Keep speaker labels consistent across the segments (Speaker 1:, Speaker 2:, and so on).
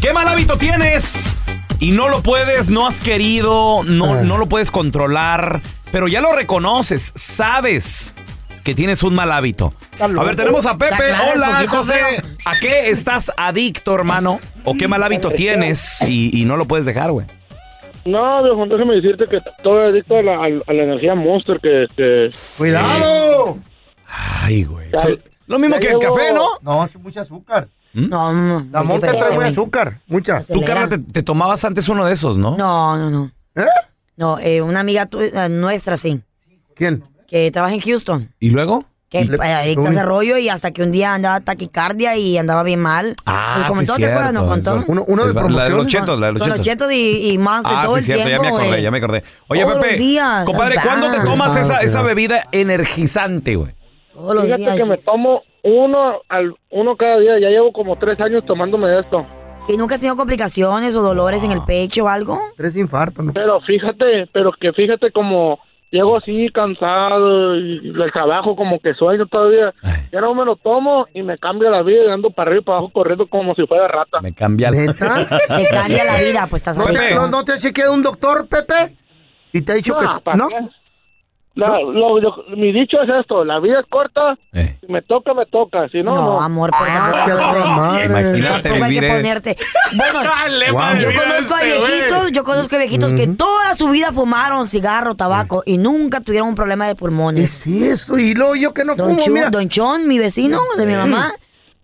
Speaker 1: ¿Qué mal hábito tienes? Y no lo puedes, no has querido,
Speaker 2: Ah.
Speaker 1: no, no lo puedes controlar, pero ya lo reconoces, sabes que tienes un mal hábito. A ver, tenemos a Pepe.
Speaker 2: Está claro,
Speaker 1: Hola,
Speaker 2: poquito
Speaker 1: José.
Speaker 2: feo.
Speaker 1: ¿A qué estás adicto, hermano? ¿O qué mal hábito tienes y, y no lo puedes dejar, güey?
Speaker 3: No, viejo, déjame decirte que estoy adicto a la, a la- a la energía Monster que... que-
Speaker 4: ¡Cuidado!
Speaker 1: Ay, güey.
Speaker 3: Ya-
Speaker 1: O sea, lo mismo
Speaker 3: ya
Speaker 1: que el
Speaker 3: llevo-
Speaker 1: café, ¿no?
Speaker 4: No, es mucha azúcar.
Speaker 5: No, no, no.
Speaker 4: La
Speaker 5: es
Speaker 4: monta
Speaker 5: diferente,
Speaker 4: trae muy
Speaker 5: güey.
Speaker 4: azúcar, mucha.
Speaker 1: ¿Mm? Tú, Carla, te, te tomabas antes uno de esos, ¿no?
Speaker 5: No, no, no.
Speaker 4: ¿Eh?
Speaker 5: No, eh, una amiga tu- eh, nuestra, sí,
Speaker 4: ¿Quién?
Speaker 5: que trabaja en Houston,
Speaker 1: ¿Y luego?
Speaker 5: que
Speaker 4: Le-
Speaker 5: eh, adicta a ese
Speaker 4: Uy.
Speaker 5: rollo y hasta que un día andaba taquicardia y andaba bien mal.
Speaker 1: Ah,
Speaker 5: y como
Speaker 1: sí,
Speaker 5: todo, ¿te
Speaker 1: cierto.
Speaker 5: acuerdas? Nos contó.
Speaker 4: Uno- uno de
Speaker 1: El bar- La de los
Speaker 4: promoción.
Speaker 1: chetos, la de los
Speaker 5: Con
Speaker 1: chetos.
Speaker 5: los chetos y, y más de
Speaker 1: Ah,
Speaker 5: todo
Speaker 1: sí,
Speaker 5: el
Speaker 1: cierto,
Speaker 5: tiempo.
Speaker 1: ya me acordé,
Speaker 5: güey.
Speaker 1: ya me acordé. Oye,
Speaker 5: Todos los
Speaker 1: Pepe,
Speaker 5: días,
Speaker 1: compadre,
Speaker 5: las
Speaker 1: ¿cuándo te
Speaker 5: vas.
Speaker 1: tomas
Speaker 4: Cuidado,
Speaker 1: esa, esa
Speaker 4: cuidado.
Speaker 1: bebida energizante, güey?
Speaker 5: Todos los
Speaker 3: Fíjate
Speaker 5: días.
Speaker 3: que me
Speaker 5: chis.
Speaker 3: tomo uno al uno cada día. Ya llevo como tres años tomándome esto.
Speaker 5: ¿Y nunca has tenido complicaciones o dolores en el pecho o algo?
Speaker 4: Tres infartos, ¿no?
Speaker 3: Pero fíjate, pero que fíjate como llego así cansado y el trabajo como que sueño todavía.
Speaker 1: Ay.
Speaker 3: Ya no me lo tomo y me cambia la vida y ando para arriba y para abajo corriendo como si fuera rata.
Speaker 1: Me cambia la...
Speaker 4: ¿Neta?
Speaker 5: ¿Ah? Te cambia la vida, pues estás
Speaker 4: ¿No
Speaker 1: Pepe.
Speaker 4: te, no, no te ha chequeado un doctor, Pepe? ¿Y te ha dicho
Speaker 3: No,
Speaker 4: que
Speaker 3: ¿para
Speaker 4: no?
Speaker 3: qué? La- lo- lo- mi dicho es esto, la vida es corta,
Speaker 1: Eh.
Speaker 3: si me toca, me toca, si no,
Speaker 5: No,
Speaker 3: no.
Speaker 5: amor, por
Speaker 4: Ah, qué
Speaker 5: favor.
Speaker 4: la madre.
Speaker 1: Imagínate
Speaker 5: Tampoco hay
Speaker 1: vivir...
Speaker 5: que
Speaker 1: eh.
Speaker 5: ponerte. Bueno,
Speaker 4: Guau.
Speaker 5: yo conozco a
Speaker 4: este,
Speaker 5: viejitos, yo conozco a viejitos que toda su vida fumaron cigarro, tabaco y nunca tuvieron un problema de
Speaker 4: ¿Qué
Speaker 5: pulmones.
Speaker 4: es eso? Y luego yo que no
Speaker 5: Don,
Speaker 4: fumo,
Speaker 5: Chu-
Speaker 4: mira.
Speaker 5: Don Chon, mi vecino de mi mamá,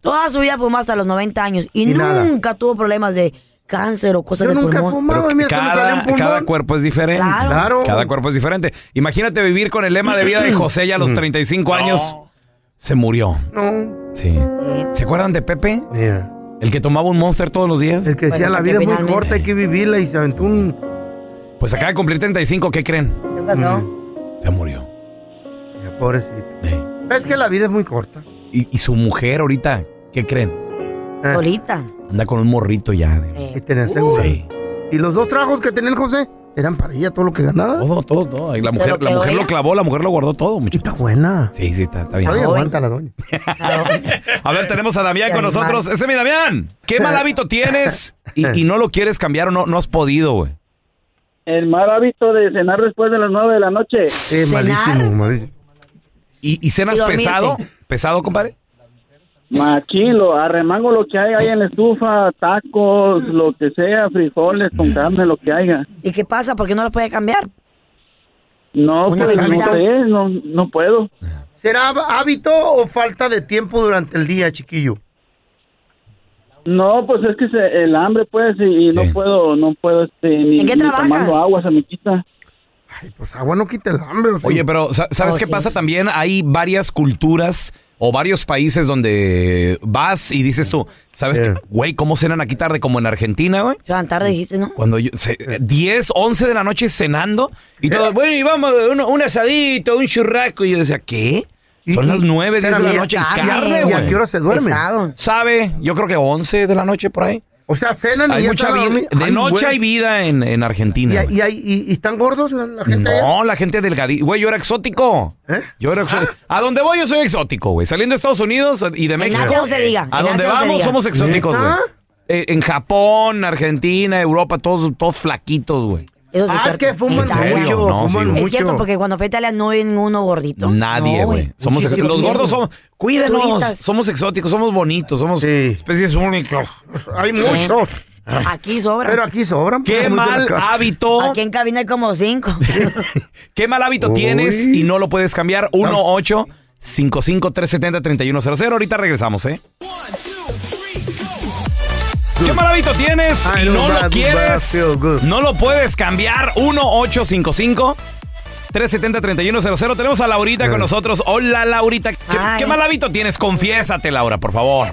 Speaker 5: toda su vida fumó hasta los 90 años y,
Speaker 4: Y nada.
Speaker 5: nunca tuvo problemas de cáncer o cosas
Speaker 4: Yo
Speaker 5: de
Speaker 4: nunca he
Speaker 5: pulmón.
Speaker 4: fumado y mira, se me sale un
Speaker 1: Cada,
Speaker 4: pulmón.
Speaker 1: cada cuerpo es diferente.
Speaker 5: Claro.
Speaker 4: Claro.
Speaker 1: Cada cuerpo es diferente. Imagínate vivir con el lema de vida
Speaker 5: Mm.
Speaker 1: de José ya a los
Speaker 4: Mm.
Speaker 1: 35 años. Se murió.
Speaker 4: No.
Speaker 1: Sí.
Speaker 5: Eh,
Speaker 1: ¿Se acuerdan de Pepe?
Speaker 4: Mira.
Speaker 1: El que tomaba un monster todos los días.
Speaker 4: El que decía
Speaker 5: Bueno,
Speaker 4: la
Speaker 5: que
Speaker 4: vida es muy
Speaker 5: finalmente-
Speaker 4: corta, hay que vivirla y se aventó un.
Speaker 1: Pues acaba de cumplir 35, ¿qué creen?
Speaker 5: ¿Qué pasó?
Speaker 1: Se murió.
Speaker 4: Ya, Pobrecito.
Speaker 1: Eh.
Speaker 4: Es que la vida es muy corta.
Speaker 1: Y, y su mujer ahorita, ¿qué creen?
Speaker 4: Eh,
Speaker 5: Solita.
Speaker 1: Anda con un morrito ya. de-
Speaker 5: Eh.
Speaker 4: y tener Este, seguro.
Speaker 1: Sí.
Speaker 4: Y los dos trabajos que tenía el José eran para ella todo lo que ganaba.
Speaker 1: Todo, todo, todo. Y la
Speaker 5: ¿Se
Speaker 1: mujer,
Speaker 5: lo
Speaker 1: la
Speaker 5: quedó
Speaker 1: mujer lo
Speaker 5: ella?
Speaker 1: clavó, la mujer lo guardó todo,
Speaker 4: Y está
Speaker 1: muchachos.
Speaker 4: buena.
Speaker 1: Sí, sí, está, está bien.
Speaker 4: Ay,
Speaker 5: Ay.
Speaker 4: aguanta la doña.
Speaker 1: A ver, tenemos a Damián
Speaker 5: Qué
Speaker 1: con
Speaker 5: animal.
Speaker 1: nosotros. Ese es mi Damián. ¿Qué
Speaker 4: Eh.
Speaker 1: mal hábito tienes y, y no lo quieres cambiar o no, no has podido, güey?
Speaker 3: El mal hábito de cenar después de las nueve de la noche.
Speaker 4: Sí,
Speaker 5: ¿Cenar?
Speaker 4: malísimo, malísimo.
Speaker 1: ¿Y, y cenas
Speaker 5: Y dormirte.
Speaker 1: pesado? ¿Pesado, compadre?
Speaker 3: Maquilo, arremango lo que hay ahí en la estufa, tacos, lo que sea, frijoles con carne, lo que haya.
Speaker 5: ¿Y qué pasa? ¿Por qué no lo puede cambiar?
Speaker 3: No,
Speaker 5: Una
Speaker 3: pues no
Speaker 5: galleta.
Speaker 3: sé, no, no puedo.
Speaker 4: ¿Será hábito o falta de tiempo durante el día, chiquillo?
Speaker 3: No, pues es que se- el hambre, pues, y, y no
Speaker 1: Sí.
Speaker 3: puedo, no puedo, este, ni,
Speaker 5: ¿En qué
Speaker 3: ni
Speaker 5: trabajas?
Speaker 3: tomando agua se me quita.
Speaker 4: Ay, pues agua no quita el hambre. o sea.
Speaker 1: Oye, pero sa- ¿sabes
Speaker 5: Oh,
Speaker 1: qué
Speaker 5: sí.
Speaker 1: pasa también? Hay varias culturas o varios países donde vas y dices tú, ¿sabes
Speaker 4: Sí.
Speaker 1: qué? Güey, ¿cómo cenan aquí tarde? Como en Argentina, güey.
Speaker 5: Joan, tarde dijiste, ¿no?
Speaker 1: Cuando yo, se-
Speaker 4: Eh.
Speaker 1: 10, 11 de la noche cenando y todo, bueno, y vamos, un, un asadito, un churraco. Y yo decía, ¿qué?
Speaker 4: Y-
Speaker 1: Son las 9, 10 de la
Speaker 4: espérame,
Speaker 1: noche.
Speaker 5: ya
Speaker 1: y
Speaker 5: tarde,
Speaker 1: carne,
Speaker 4: ¿Y a
Speaker 1: güey.
Speaker 4: qué hora se duerme?
Speaker 5: Pesado.
Speaker 1: ¿Sabe? Yo creo que 11 de la noche por ahí.
Speaker 4: O sea, cenan y
Speaker 1: Hay
Speaker 4: ya
Speaker 1: mucha
Speaker 4: están a
Speaker 1: vida.
Speaker 4: dormir.
Speaker 1: De
Speaker 4: Ay,
Speaker 1: noche
Speaker 4: güey.
Speaker 1: hay vida en, en Argentina.
Speaker 4: ¿Y,
Speaker 1: güey.
Speaker 4: y, hay- y- y están gordos la, la gente? allá?
Speaker 1: No, la gente delgadita. Güey, yo era exótico.
Speaker 4: ¿Eh?
Speaker 1: Yo era exótico. A donde voy yo soy exótico, güey. Saliendo de Estados Unidos y de México.
Speaker 5: Asia no se diga,
Speaker 1: A
Speaker 5: en
Speaker 1: donde
Speaker 5: Asia no se
Speaker 1: vamos
Speaker 5: diga.
Speaker 1: somos exóticos, güey.
Speaker 4: ¿Neta?
Speaker 1: Eh, en Japón, Argentina, Europa, todos, todos flaquitos, güey.
Speaker 5: Eso sí
Speaker 4: Ah, es
Speaker 5: cierto.
Speaker 4: que fuman
Speaker 1: ¿En serio?
Speaker 4: mucho.
Speaker 1: No, sí,
Speaker 4: fuman
Speaker 1: güey.
Speaker 5: Es
Speaker 4: mucho.
Speaker 5: cierto, porque cuando fue a Italia no hay ninguno gordito.
Speaker 1: Nadie,
Speaker 5: No,
Speaker 1: güey. somos
Speaker 4: Sí,
Speaker 1: ex-
Speaker 4: yo
Speaker 1: Los
Speaker 4: creo.
Speaker 1: gordos somos. Cuídenos.
Speaker 5: Turistas.
Speaker 1: Somos exóticos, somos bonitos, somos
Speaker 4: Sí.
Speaker 1: especies únicas.
Speaker 4: Hay muchos.
Speaker 5: Aquí sobra.
Speaker 4: Pero aquí sobran. pues,
Speaker 1: Qué
Speaker 4: porque muchos
Speaker 1: mal
Speaker 4: acá.
Speaker 1: hábito.
Speaker 5: Aquí en cabina hay como cinco.
Speaker 1: ¿Qué mal hábito
Speaker 4: Uy.
Speaker 1: tienes y no lo puedes cambiar? 1 8 55 370 3100 Ahorita regresamos, ¿eh? ¿Qué mal hábito tienes
Speaker 4: I
Speaker 1: y no
Speaker 4: know
Speaker 1: lo
Speaker 4: that, but I
Speaker 1: quieres?
Speaker 4: feel good.
Speaker 1: No lo puedes cambiar. 1 855 370 3100 Tenemos a Laurita con nosotros. Hola, Laurita. ¿Qué,
Speaker 5: Ay.
Speaker 1: qué mal hábito tienes? Confiésate, Laura, por favor.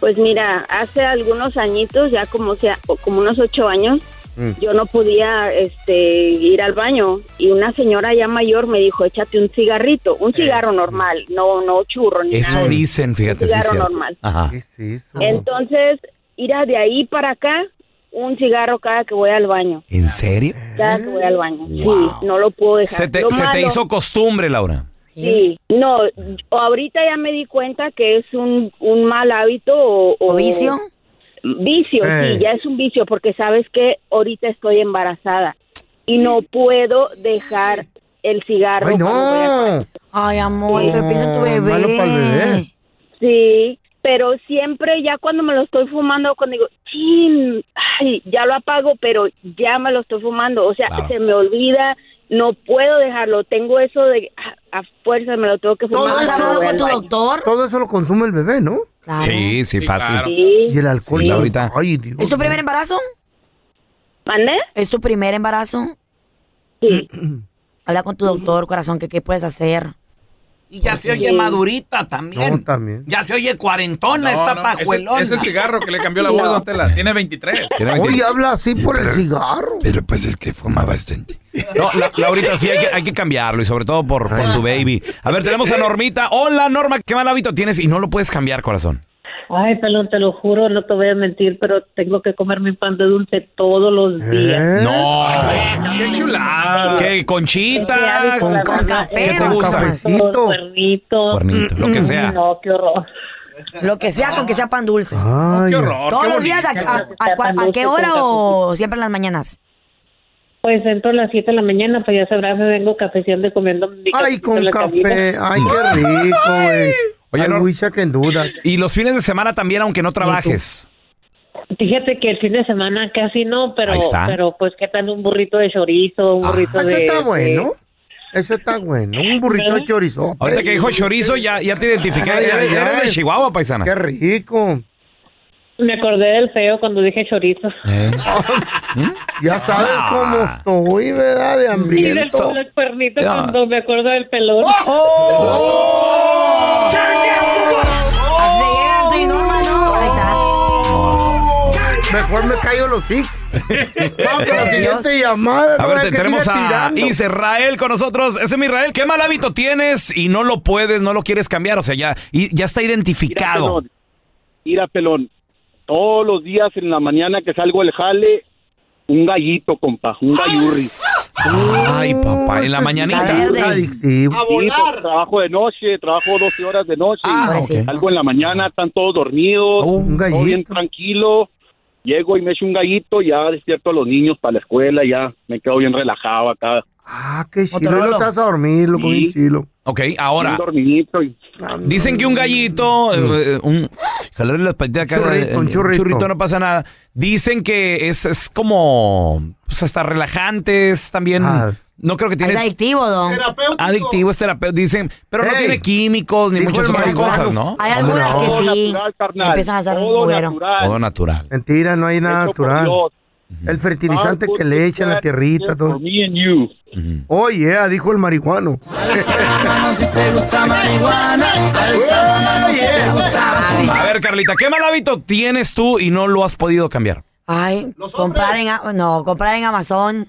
Speaker 2: Pues mira, hace algunos añitos, ya como sea, o como unos ocho años,
Speaker 1: Mm.
Speaker 2: yo no podía este, ir al baño y una señora ya mayor me dijo, échate un cigarrito, un cigarro normal, no, no churro ni
Speaker 1: Eso
Speaker 2: nada.
Speaker 1: dicen, fíjate. sí,
Speaker 2: Claro,
Speaker 1: cierto. Ah.
Speaker 2: normal.
Speaker 1: Ajá.
Speaker 4: ¿Qué es eso?
Speaker 2: Entonces, ir a de ahí para acá, un cigarro cada que voy al baño,
Speaker 1: ¿En serio?
Speaker 2: cada que voy al baño.
Speaker 1: Wow.
Speaker 2: Sí, no lo puedo dejar.
Speaker 1: Mm. Se te,
Speaker 2: Lo
Speaker 1: se te
Speaker 2: malo-
Speaker 1: hizo costumbre, Laura.
Speaker 2: Sí, no, ahorita ya me di cuenta que es un, un mal hábito o,
Speaker 5: ¿O vicio?
Speaker 2: Vicio,
Speaker 4: Ey.
Speaker 2: sí, ya es un vicio, porque sabes que ahorita estoy embarazada y no puedo dejar el cigarro.
Speaker 4: Ay,
Speaker 2: cuando voy a-
Speaker 4: no.
Speaker 5: Ay, amor,
Speaker 2: Sí.
Speaker 5: pero piensa en tu bebé.
Speaker 4: Oh, Malo pa'l bebé.
Speaker 2: Sí, pero siempre ya cuando me lo estoy fumando, cuando digo, chin, ay, ya lo apago, pero ya me lo estoy fumando. O sea,
Speaker 1: Claro.
Speaker 2: se me olvida, no puedo dejarlo. Tengo eso de ah, a, a fuerza me lo tengo que
Speaker 4: Todo
Speaker 2: fumar.
Speaker 5: ¿No
Speaker 4: eso-
Speaker 5: ¿Has
Speaker 2: cuando
Speaker 5: hablado
Speaker 2: voy
Speaker 5: con
Speaker 2: al
Speaker 5: tu
Speaker 2: baño.
Speaker 5: doctor?
Speaker 4: Todo eso lo consume el bebé, ¿no?
Speaker 5: Claro.
Speaker 1: Sí, sí, fácil.
Speaker 2: Sí.
Speaker 4: Y el alcohol.
Speaker 1: Sí,
Speaker 4: ¿no?
Speaker 1: ahorita.
Speaker 4: Ay, Dios.
Speaker 5: ¿Es tu primer embarazo?
Speaker 2: ¿Mande?
Speaker 5: ¿Es tu primer embarazo?
Speaker 2: Sí.
Speaker 5: Habla con tu doctor, corazón, que qué puedes hacer.
Speaker 1: Y ya se oye madurita también.
Speaker 4: No, también.
Speaker 1: Ya se oye cuarentona, está pajuelona.
Speaker 6: Es el cigarro que le cambió la voz,
Speaker 2: No.
Speaker 6: don Tela. Tiene 23.
Speaker 4: Hoy habla así por el cigarro.
Speaker 7: Pero pues es que fuma
Speaker 1: este-
Speaker 7: bastante.
Speaker 1: No, la- Laurita, sí, hay que, hay que cambiarlo y sobre todo por, por tu baby. A ver, tenemos
Speaker 4: Eh.
Speaker 1: a Normita. Hola, Norma, ¿qué mal hábito tienes? Y no lo puedes cambiar, corazón.
Speaker 8: Ay, pelón, te lo juro, no te voy a mentir, pero tengo que comerme un pan de dulce todos los días.
Speaker 4: ¿Eh?
Speaker 1: No.
Speaker 6: ¡Qué chulada!
Speaker 1: ¿Qué,
Speaker 8: Ese
Speaker 1: Conchita?
Speaker 8: hábito, la
Speaker 1: Con-
Speaker 5: con
Speaker 8: verdad,
Speaker 5: café,
Speaker 8: es
Speaker 1: ¿Qué te gusta?
Speaker 4: Cafecito.
Speaker 8: Los cuernitos.
Speaker 1: Cuernito, lo que sea.
Speaker 8: No, qué horror.
Speaker 5: Lo que sea, con que sea pan dulce.
Speaker 4: Ay,
Speaker 6: ¡Qué horror!
Speaker 5: ¿Todos
Speaker 6: qué
Speaker 5: los días? ¿A, a, a cua- a qué hora o siempre en las mañanas?
Speaker 8: Pues dentro de las 7 de la mañana, pues ya sabrás, me vengo cafeciando y comiendo mi
Speaker 4: Ay,
Speaker 8: cafecito en
Speaker 4: con
Speaker 8: la cabina.
Speaker 4: café. Ay, qué rico, güey.
Speaker 1: Oye,
Speaker 4: Ay,
Speaker 1: Nor-
Speaker 4: Huicha, que en duda.
Speaker 1: Y los fines de semana también, aunque no trabajes.
Speaker 8: Fíjate que el fin de semana casi no, pero
Speaker 1: Ahí está.
Speaker 8: pero pues qué tal un burrito de chorizo, un burrito
Speaker 4: Ah, Eso
Speaker 8: de... este?
Speaker 4: está
Speaker 3: este-
Speaker 8: de-
Speaker 4: bueno. Eso está bueno. Un burrito de chorizo.
Speaker 1: Ahorita que dijo chorizo, ya, ya te identifiqué.
Speaker 4: Ay,
Speaker 1: ya-
Speaker 4: ay,
Speaker 1: ya eres
Speaker 4: ay.
Speaker 1: de Chihuahua, paisana.
Speaker 4: Qué rico.
Speaker 8: Me acordé del feo cuando dije chorizo.
Speaker 1: ¿Eh?
Speaker 4: ¿Mm? Ya sabes
Speaker 1: Ah.
Speaker 4: cómo estoy, ¿verdad? De
Speaker 8: Y del
Speaker 4: hambriento.
Speaker 8: los cuernitos
Speaker 1: Ya.
Speaker 8: cuando me acuerdo del pelón.
Speaker 5: Así
Speaker 1: ¡Oh!
Speaker 5: se llega tú y Norma, ¿no? Ahí está.
Speaker 4: Mejor me callo los hijos. Vamos con la siguiente
Speaker 5: Dios.
Speaker 4: llamada.
Speaker 1: A
Speaker 4: no
Speaker 1: ver,
Speaker 4: vaya
Speaker 1: te-
Speaker 4: que
Speaker 1: tenemos
Speaker 4: siga
Speaker 1: a
Speaker 4: tirando.
Speaker 1: Israel con nosotros. Ese mi Israel, ¿qué mal hábito tienes y no lo puedes, no lo quieres cambiar? O sea, ya, y, ya está
Speaker 3: Mira,
Speaker 1: identificado.
Speaker 3: pelón. Mira, pelón. Todos los días en la mañana que salgo al jale, un gallito, compa, un gallurri.
Speaker 1: Ay, papá, en la
Speaker 5: Está
Speaker 1: mañanita.
Speaker 5: verde.
Speaker 4: Adictivo.
Speaker 3: Sí, pues, trabajo de noche, trabajo 12 horas de noche.
Speaker 1: Ah,
Speaker 5: Pobrecito.
Speaker 3: Salgo en la mañana, están todos dormidos,
Speaker 1: Uh,
Speaker 4: Un
Speaker 3: todo bien
Speaker 4: gallito.
Speaker 3: tranquilo. Llego y me echo un gallito, ya despierto a los niños para la escuela, ya me quedo bien relajado acá.
Speaker 4: Ah, qué chilo. Y luego te vas a dormir, loco, bien chilo.
Speaker 1: Ok, ahora.
Speaker 4: Un
Speaker 1: Dicen que un gallito, eh, eh, un jalarle las patitas acá,
Speaker 4: Churrito,
Speaker 1: eh,
Speaker 4: un churrito.
Speaker 1: no pasa nada. Dicen que es, es como, pues hasta relajantes también. No creo que tiene.
Speaker 5: Es adictivo, don.
Speaker 1: Adictivo es terapeuta, dicen, pero no
Speaker 5: Ey,
Speaker 1: tiene químicos ni
Speaker 5: dijo
Speaker 1: muchas
Speaker 5: el
Speaker 1: otras
Speaker 5: marihuano.
Speaker 1: cosas, ¿no?
Speaker 5: Hay algunas que sí empiezan a hacer un mugrero.
Speaker 1: Todo natural.
Speaker 4: Mentira, no hay nada natural. El fertilizante que le echan a la tierrita, todo. Oh, yeah, dijo el marihuano.
Speaker 1: A ver, Carlita, ¿qué mal hábito tienes tú y no lo has podido cambiar?
Speaker 5: Ay, comprar en, A- no, comprar en Amazon.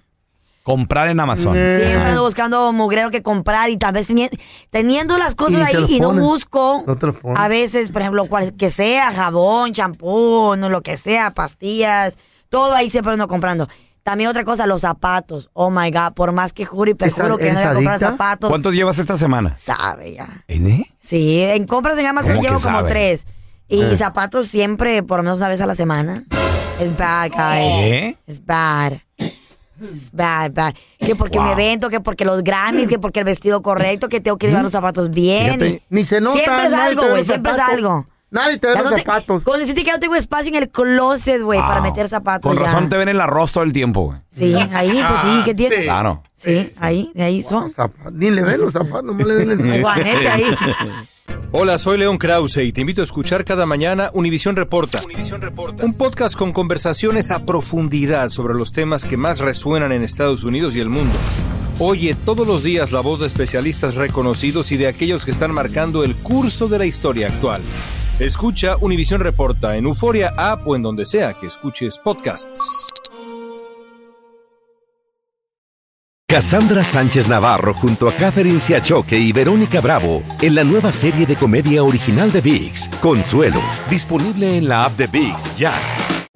Speaker 1: Comprar en Amazon.
Speaker 5: Siempre
Speaker 1: Ah.
Speaker 5: ando buscando mugrero que comprar y tal vez teni- teniendo las cosas
Speaker 1: Y te
Speaker 5: ahí
Speaker 1: los
Speaker 5: y no
Speaker 1: pones.
Speaker 5: busco.
Speaker 1: No te los pones.
Speaker 5: A veces, por ejemplo, cual que sea, jabón, champú, no lo que sea, pastillas, todo ahí siempre ando comprando. También otra cosa, los zapatos. Oh my God, por más que juro y perjuro que no voy a comprar zapatos.
Speaker 1: ¿Cuántos llevas esta semana?
Speaker 5: Sabe ya.
Speaker 1: ¿Eh?
Speaker 5: Sí, en compras en Amazon
Speaker 1: ¿Cómo que
Speaker 5: llevo como
Speaker 1: sabe?
Speaker 5: tres. Y
Speaker 1: Eh.
Speaker 5: zapatos siempre, por lo menos una vez a la semana. Es bad, guys.
Speaker 1: ¿Eh?
Speaker 5: Es bad. Es bad, bad. Que porque
Speaker 4: Wow.
Speaker 5: me evento, que porque los Grammys, que porque el vestido correcto, que tengo que llevar los zapatos bien.
Speaker 4: Fíjate,
Speaker 5: y-
Speaker 4: ni se nota,
Speaker 5: Siempre es
Speaker 4: nadie te
Speaker 5: algo,
Speaker 4: ve
Speaker 5: güey,
Speaker 4: los
Speaker 5: siempre es
Speaker 4: zapatos.
Speaker 5: algo.
Speaker 4: Nadie te ve
Speaker 5: Ya
Speaker 4: los
Speaker 5: no zapatos. Cuando deciste que yo tengo espacio en el closet, güey, para meter zapatos.
Speaker 1: Con
Speaker 5: ya.
Speaker 1: razón te ven en la arroz todo el tiempo, güey.
Speaker 5: Sí, ahí, pues
Speaker 9: Ah,
Speaker 5: sí, ¿qué tiene?
Speaker 1: Claro.
Speaker 5: Sí, ahí, ahí son.
Speaker 4: Ni le ven los zapatos, nomás le ven el
Speaker 5: Juanete ahí.
Speaker 10: Hola, soy León Krause y te invito a escuchar cada mañana Univisión Reporta. Un podcast con conversaciones a profundidad sobre los temas que más resuenan en Estados Unidos y el mundo. Oye todos los días la voz de especialistas reconocidos y de aquellos que están marcando el curso de la historia actual. Escucha Univisión Reporta en Euforia App o en donde sea que escuches podcasts.
Speaker 7: Cassandra Sánchez Navarro junto a Catherine Siachoque y Verónica Bravo en la nueva serie de comedia original de VIX, Consuelo, disponible en la app de VIX ya.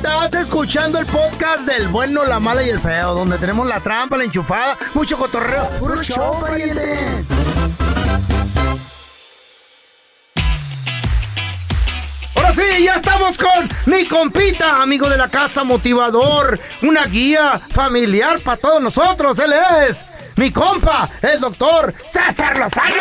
Speaker 4: Estás escuchando el podcast del bueno, la mala y el feo, donde tenemos la trampa, la enchufada, mucho cotorreo. ¡Puro show, pariente! Ahora sí, ya estamos con mi compita, amigo de la casa, motivador, una guía familiar para todos nosotros. Él es mi compa, el doctor César Lozano.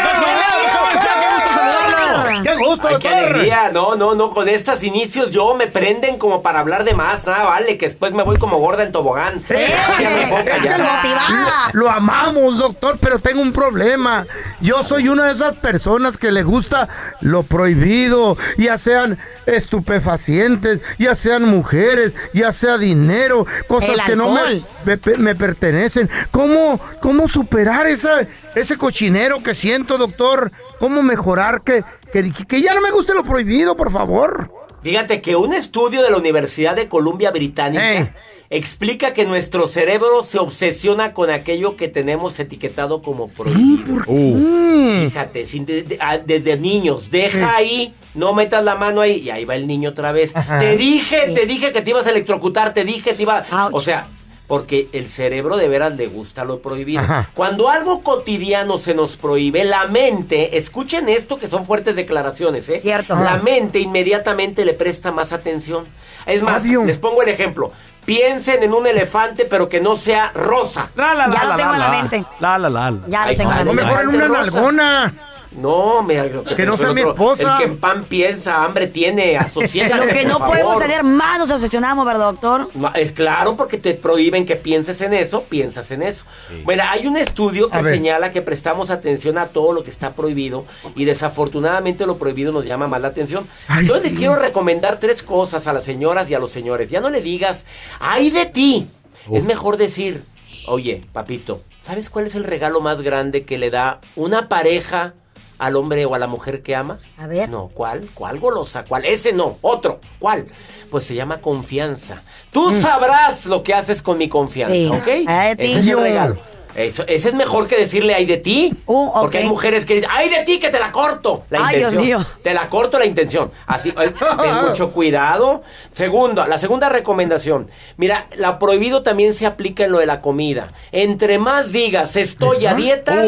Speaker 4: ¡Qué gusto,
Speaker 9: Ay, ¡Qué
Speaker 4: doctor!
Speaker 9: alegría! No, no, no, con estos inicios yo me prenden como para hablar de más. Nada, vale, que después me voy como gorda en tobogán. Ya me enfoca,
Speaker 4: Es
Speaker 9: ya.
Speaker 4: que lo, lo amamos, doctor, pero tengo un problema. Yo soy una de esas personas que le gusta lo prohibido, ya sean estupefacientes, ya sean mujeres, ya sea dinero, cosas
Speaker 5: El
Speaker 4: que no me,
Speaker 5: alcohol.
Speaker 4: me pe- me pertenecen. ¿Cómo, cómo superar esa, ese cochinero que siento, doctor? ¿Cómo mejorar que, que, que ya no me guste lo prohibido, por favor?
Speaker 9: Fíjate que un estudio de la Universidad de Columbia Británica explica que nuestro cerebro se obsesiona con aquello que tenemos etiquetado como prohibido.
Speaker 11: Mm.
Speaker 9: Fíjate, sin- de- de- ah, desde niños, deja ahí, no metas la mano ahí, y ahí va el niño otra vez.
Speaker 11: Ajá.
Speaker 9: Te dije, te dije que te ibas a electrocutar, te dije, te iba... O sea, porque el cerebro de veras le gusta lo prohibido.
Speaker 11: Ajá.
Speaker 9: Cuando algo cotidiano se nos prohíbe, la mente, escuchen esto que son fuertes declaraciones, ¿eh? Cierto. La
Speaker 11: Ajá.
Speaker 9: mente inmediatamente le presta más atención. Es más,
Speaker 11: Obvio.
Speaker 9: les pongo el ejemplo. Piensen en un elefante, pero que no sea rosa.
Speaker 1: La, la, la, la, la, la. La, la, la, la.
Speaker 9: Ahí está.
Speaker 1: Ahí está.
Speaker 9: Rosa. No, me, lo
Speaker 4: Que
Speaker 9: pensó
Speaker 4: no sea
Speaker 9: el
Speaker 4: mi esposa.
Speaker 9: El que en pan piensa, hambre tiene, asociada.
Speaker 5: Lo que no podemos tener más nos obsesionamos, ¿verdad, doctor?
Speaker 9: es claro, porque te prohíben que pienses en eso, piensas en eso. Bueno, hay un estudio que
Speaker 5: A ver.
Speaker 9: señala que prestamos atención a todo lo que está prohibido y desafortunadamente lo prohibido nos llama más la atención. Yo les quiero recomendar tres cosas a las señoras y a los señores. Ya no le digas, ¡ay de ti! Es mejor decir, oye, papito, ¿sabes cuál es el regalo más grande que le da una pareja al hombre o a la mujer que ama?
Speaker 5: A ver.
Speaker 9: No, ¿cuál? ¿Cuál golosa? ¿Cuál? Ese no, otro. ¿Cuál? Pues se llama confianza. Tú sabrás lo que haces con mi confianza,
Speaker 5: Mm. Sí.
Speaker 9: ¿ok?
Speaker 5: Ay, de ti.
Speaker 9: Ese es el
Speaker 5: Yo.
Speaker 9: regalo. Eso, ese es mejor que decirle ay de ti. Porque hay mujeres que dicen, ay de ti que te la corto. La
Speaker 5: Uh, Ay, Dios
Speaker 9: intención.
Speaker 5: mío.
Speaker 9: Te la corto la intención. Así, eh, ten mucho cuidado. Segundo, la segunda recomendación. Mira, la prohibido también se aplica en lo de la comida. Entre más digas estoy a dieta,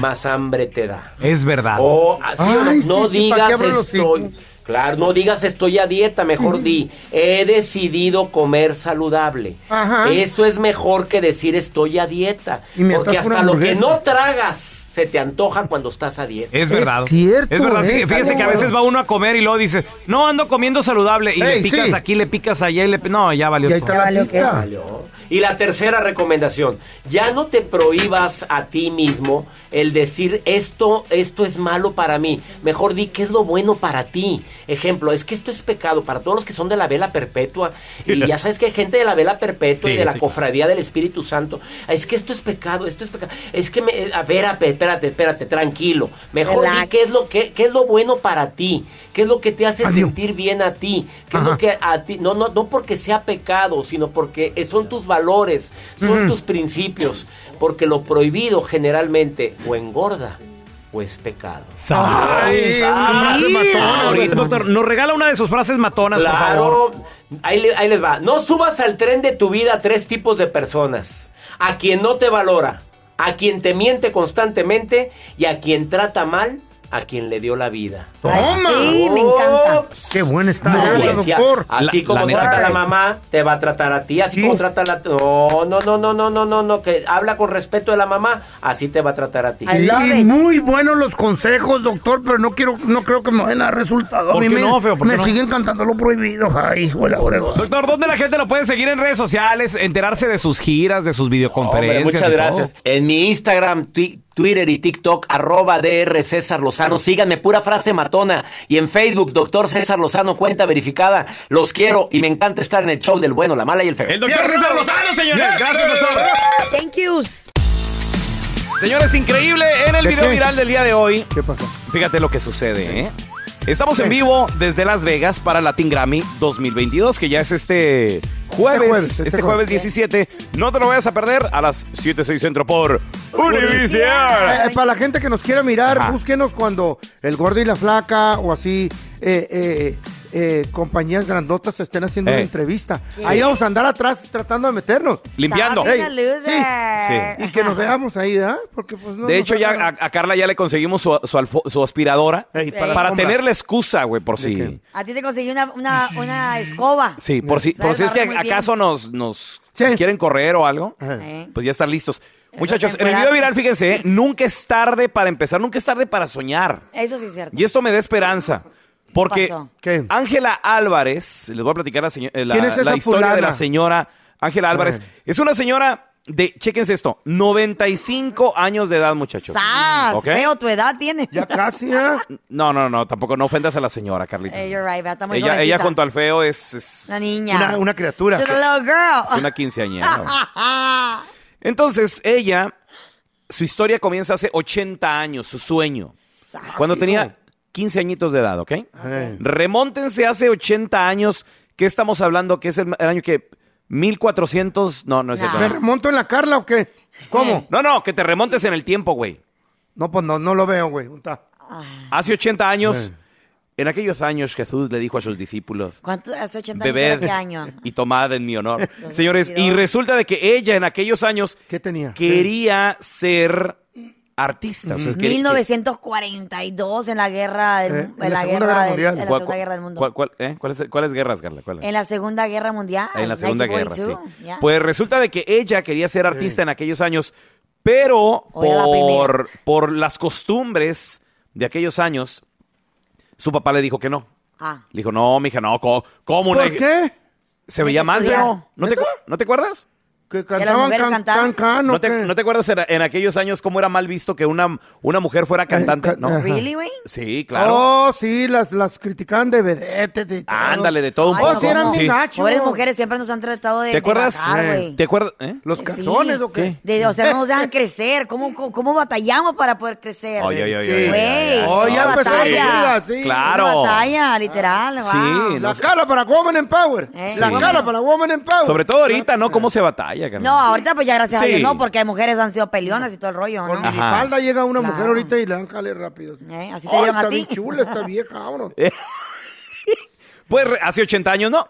Speaker 9: más hambre te da.
Speaker 1: Es verdad.
Speaker 9: O así o no,
Speaker 1: Ay,
Speaker 9: no
Speaker 1: sí, sí, ¿para qué
Speaker 9: digas
Speaker 1: abro los
Speaker 9: estoy. Claro, no digas estoy a dieta, mejor di, he decidido comer saludable.
Speaker 4: Ajá.
Speaker 9: Eso es mejor que decir estoy a dieta.
Speaker 4: Y me
Speaker 9: porque
Speaker 4: atrajo una
Speaker 9: hasta lo que
Speaker 4: hamburguesa.
Speaker 9: no tragas se te antoja cuando estás a dieta.
Speaker 1: Es ¿eh? verdad. Es verdad. Fí-
Speaker 9: es,
Speaker 1: Fíjese que a
Speaker 9: algo
Speaker 1: veces va uno a comer y luego dice, no, ando comiendo saludable. Y
Speaker 9: Ey,
Speaker 1: le picas
Speaker 9: sí.
Speaker 1: aquí, le picas allá y le... pi- No, ya valió
Speaker 9: Y ahí está
Speaker 1: todo.
Speaker 9: la Ya valió pizza. queso. Y la tercera recomendación, ya no te prohíbas a ti mismo el decir esto, esto es malo para mí. Mejor di qué es lo bueno para ti. Ejemplo, es que esto es pecado para todos los que son de la vela perpetua. Y ya sabes que hay gente de la vela perpetua y
Speaker 11: Sí,
Speaker 9: de la
Speaker 11: sí.
Speaker 9: cofradía del Espíritu Santo. Es que esto es pecado, esto es pecado. Es que, me, a ver, a- espérate, espérate, tranquilo. Mejor di
Speaker 11: Relax.
Speaker 9: qué es, lo, que qué es lo bueno para ti. ¿Qué es lo que te hace sentir bien a ti? ¿Qué es lo que a ti? No, no, no porque sea pecado, sino porque son tus valores, son
Speaker 11: Ujú.
Speaker 9: tus principios. Porque lo prohibido generalmente o engorda o es pecado.
Speaker 1: Ay,
Speaker 9: Ah,
Speaker 1: frase
Speaker 9: sí.
Speaker 1: matona,
Speaker 9: Ah,
Speaker 1: güey.
Speaker 9: ahorita.
Speaker 1: Doctor, nos regala una de sus frases matonas, por
Speaker 9: Claro,
Speaker 1: favor.
Speaker 9: ahí, le- ahí les va. No subas al tren de tu vida a tres tipos de personas. A quien no te valora, a quien te miente constantemente y a quien trata mal a quien le dio la vida.
Speaker 4: ¡Toma!
Speaker 9: Sí, me encanta.
Speaker 4: ¡Qué buena está!
Speaker 9: Muy
Speaker 4: esa,
Speaker 9: bien, sí, a-
Speaker 4: Ah, doctor.
Speaker 9: Así como trata la mamá, te va a tratar a ti. Así como trata la. No, no, no, no, no, no, no, no. Que habla con respeto de la mamá, así te va a tratar a ti.
Speaker 4: Y muy buenos los consejos, doctor, pero no quiero, no creo que me vayan a dar resultado.
Speaker 1: ¿Por
Speaker 4: A mí
Speaker 1: qué
Speaker 4: me,
Speaker 1: no, feo? ¿Por qué
Speaker 4: me
Speaker 1: no?
Speaker 4: siguen cantando lo prohibido. Ay, hijo de la oregosa.
Speaker 1: Doctor, ¿dónde la gente lo puede seguir en redes sociales? Enterarse de sus giras, de sus videoconferencias.
Speaker 9: Hombre, muchas
Speaker 1: y todo?
Speaker 9: gracias. En mi Instagram, twi- Twitter y TikTok, arroba DR César Lozano. Síganme, pura frase matona. Y en Facebook, doctor César Lozano, cuenta verificada. Los quiero y me encanta estar en el show del bueno, la mala y el feo.
Speaker 1: El doctor César Lozano, señores. Gracias, doctor.
Speaker 5: Thank yous.
Speaker 1: Señores, increíble. En el
Speaker 5: ¿De
Speaker 1: video
Speaker 5: qué?
Speaker 1: viral del día de hoy. ¿Qué pasó? Fíjate lo que sucede, ¿eh? Estamos en vivo desde Las Vegas para Latin Grammy 2022, que ya es este jueves. Este
Speaker 4: Este jueves,
Speaker 1: jueves,
Speaker 4: este jueves.
Speaker 1: 17. No te lo vayas a perder a las 7, 6 centro por
Speaker 4: Eh, eh,
Speaker 1: Univision.
Speaker 4: para la gente que nos quiera mirar,
Speaker 1: Ajá.
Speaker 4: búsquenos cuando el gordo y la flaca o así eh, eh, eh, compañías grandotas estén haciendo
Speaker 1: Eh.
Speaker 4: una entrevista.
Speaker 1: Sí.
Speaker 4: Ahí vamos a andar atrás tratando de meternos.
Speaker 1: Limpiando.
Speaker 4: Ey,
Speaker 1: Stop
Speaker 5: being a
Speaker 4: sí. Y que nos veamos ahí, ¿verdad? Porque pues no.
Speaker 1: De
Speaker 4: nos
Speaker 1: hecho, ya a,
Speaker 4: agarran.
Speaker 1: a Carla ya le conseguimos su, su alfo- su aspiradora
Speaker 4: Ey, para
Speaker 1: para,
Speaker 4: la sombra.
Speaker 1: tener la excusa, güey, por si.
Speaker 5: A ti te conseguí una, una, una escoba.
Speaker 1: Sí, por si, por
Speaker 5: Sabes
Speaker 1: si es que
Speaker 5: barrer muy bien.
Speaker 1: acaso nos, nos quieren correr o algo,
Speaker 5: Eh,
Speaker 1: pues ya están listos. Muchachos, en el
Speaker 5: temporada.
Speaker 1: video viral, fíjense, ¿eh? nunca es tarde para empezar, nunca es tarde para soñar.
Speaker 5: Eso sí es cierto.
Speaker 1: Y esto me da esperanza. Porque
Speaker 5: pasó?
Speaker 1: Ángela Álvarez, les voy a platicar la, seño- eh, la-
Speaker 4: ¿Quién es esa
Speaker 1: la historia de
Speaker 4: fulana?
Speaker 1: la señora Ángela Álvarez. Es una señora de, chéquense esto, 95 años de edad, muchachos.
Speaker 5: ¡Sas!
Speaker 1: ¿Ok?
Speaker 5: Veo tu edad tiene.
Speaker 4: Ya casi, eh?
Speaker 1: No, no, no, tampoco, no ofendas a la señora, Carlita.
Speaker 5: Eh, you're right, va, está muy
Speaker 1: ella, ella
Speaker 5: jovencita.
Speaker 1: junto al feo es, es
Speaker 5: Una niña.
Speaker 1: Una- una criatura.
Speaker 5: She's a little girl.
Speaker 1: es una quinceañera. güey. Entonces, ella, su historia comienza hace 80 años, su sueño. Cuando tenía 15 añitos de edad, ¿ok? Remóntense hace 80 años. ¿Qué estamos hablando? ¿Qué es el, el año que? 1400. No, no es cierto.
Speaker 4: ¿Me remonto en la Carla o qué? ¿Cómo?
Speaker 1: No, no, que te remontes en el tiempo, güey.
Speaker 4: No, pues no, no lo veo, güey. Unta.
Speaker 1: Hace 80 años, en aquellos años, Jesús le dijo a sus discípulos:
Speaker 5: ¿Cuánto? Hace 80 años.
Speaker 1: Bebed
Speaker 5: ¿era ¿Qué año?
Speaker 1: y tomad en mi honor. Señores, y resulta de que ella en aquellos años
Speaker 4: tenía?
Speaker 1: quería ser artista. o sea, es que-
Speaker 5: 1942 en la guerra del,
Speaker 1: Eh,
Speaker 5: en la, guerra, del- en la
Speaker 1: ¿Cuál-
Speaker 5: Segunda Guerra del Mundo.
Speaker 1: cuál- cuál- eh? ¿Cuáles cuáles guerras, Carla? ¿Cuál?
Speaker 5: En la Segunda Guerra Mundial.
Speaker 1: En la Segunda Guerra, sí.
Speaker 5: 1942, ya.
Speaker 1: Pues resulta de que ella quería ser artista en aquellos años, Pero
Speaker 5: Oye, la
Speaker 1: por, por las costumbres de aquellos años, su papá le dijo que no.
Speaker 5: Ah.
Speaker 1: Le dijo, no, mija, no, co- ¿cómo? una-
Speaker 4: ¿Por qué?
Speaker 1: Se veía mal,
Speaker 5: pues,
Speaker 4: estudiar.
Speaker 1: ¿no? ¿No te, acu- ¿No te acuerdas?
Speaker 4: Que
Speaker 5: las
Speaker 4: cantaban
Speaker 5: mujeres
Speaker 4: can, can,
Speaker 5: cantaban.
Speaker 4: can, ¿o
Speaker 1: ¿No te,
Speaker 4: Ah, qué?
Speaker 1: no te acuerdas en, en aquellos años cómo era mal visto que una, una mujer fuera cantante?
Speaker 4: Eh, ca-
Speaker 1: ¿No?
Speaker 4: ajá.
Speaker 5: ¿Really, güey?
Speaker 1: Sí, claro.
Speaker 4: Oh, sí, las, las criticaban de vedetes. de todo.
Speaker 1: Ándale, de todo un
Speaker 5: Ay,
Speaker 1: poco.
Speaker 4: Oh, sí, eran
Speaker 1: Sí.
Speaker 4: bien gachos.
Speaker 5: Pobres mujeres siempre nos han tratado de.
Speaker 1: ¿Te acuerdas?
Speaker 5: de bajar, güey.
Speaker 1: ¿Te acuerdas? ¿Eh?
Speaker 4: ¿Los calzones o qué?
Speaker 5: De- o sea, no nos dejan crecer. ¿Cómo, cómo, cómo batallamos para poder crecer?
Speaker 1: Ay, ay, ay,
Speaker 4: Sí.
Speaker 1: ay, ay, ay, ay.
Speaker 5: Güey,
Speaker 4: Oh,
Speaker 5: una
Speaker 4: ya empezó la
Speaker 5: batalla.
Speaker 4: cruda, sí.
Speaker 1: Claro.
Speaker 5: Una batalla, literal.
Speaker 1: Sí,
Speaker 5: wow.
Speaker 4: La
Speaker 1: Los-
Speaker 4: cala para Woman in Power.
Speaker 5: Eh,
Speaker 4: La
Speaker 1: sí.
Speaker 4: cala para Woman in Power.
Speaker 1: Sobre todo ahorita, ¿no? ¿Cómo se batalla, carnal?
Speaker 5: No, ahorita pues ya gracias
Speaker 1: Sí.
Speaker 5: a Dios no, porque mujeres han sido pelionas y todo el rollo,
Speaker 4: Con
Speaker 5: ¿no?
Speaker 4: mi
Speaker 1: Ajá.
Speaker 4: falda llega una
Speaker 5: Claro.
Speaker 4: mujer ahorita y le dan jale rápido.
Speaker 5: Eh, Así te
Speaker 4: Ay,
Speaker 5: llevan
Speaker 4: está
Speaker 5: a
Speaker 4: bien
Speaker 5: ti.
Speaker 4: chula esta vieja, vámonos.
Speaker 1: Pues re- hace 80 años, ¿no?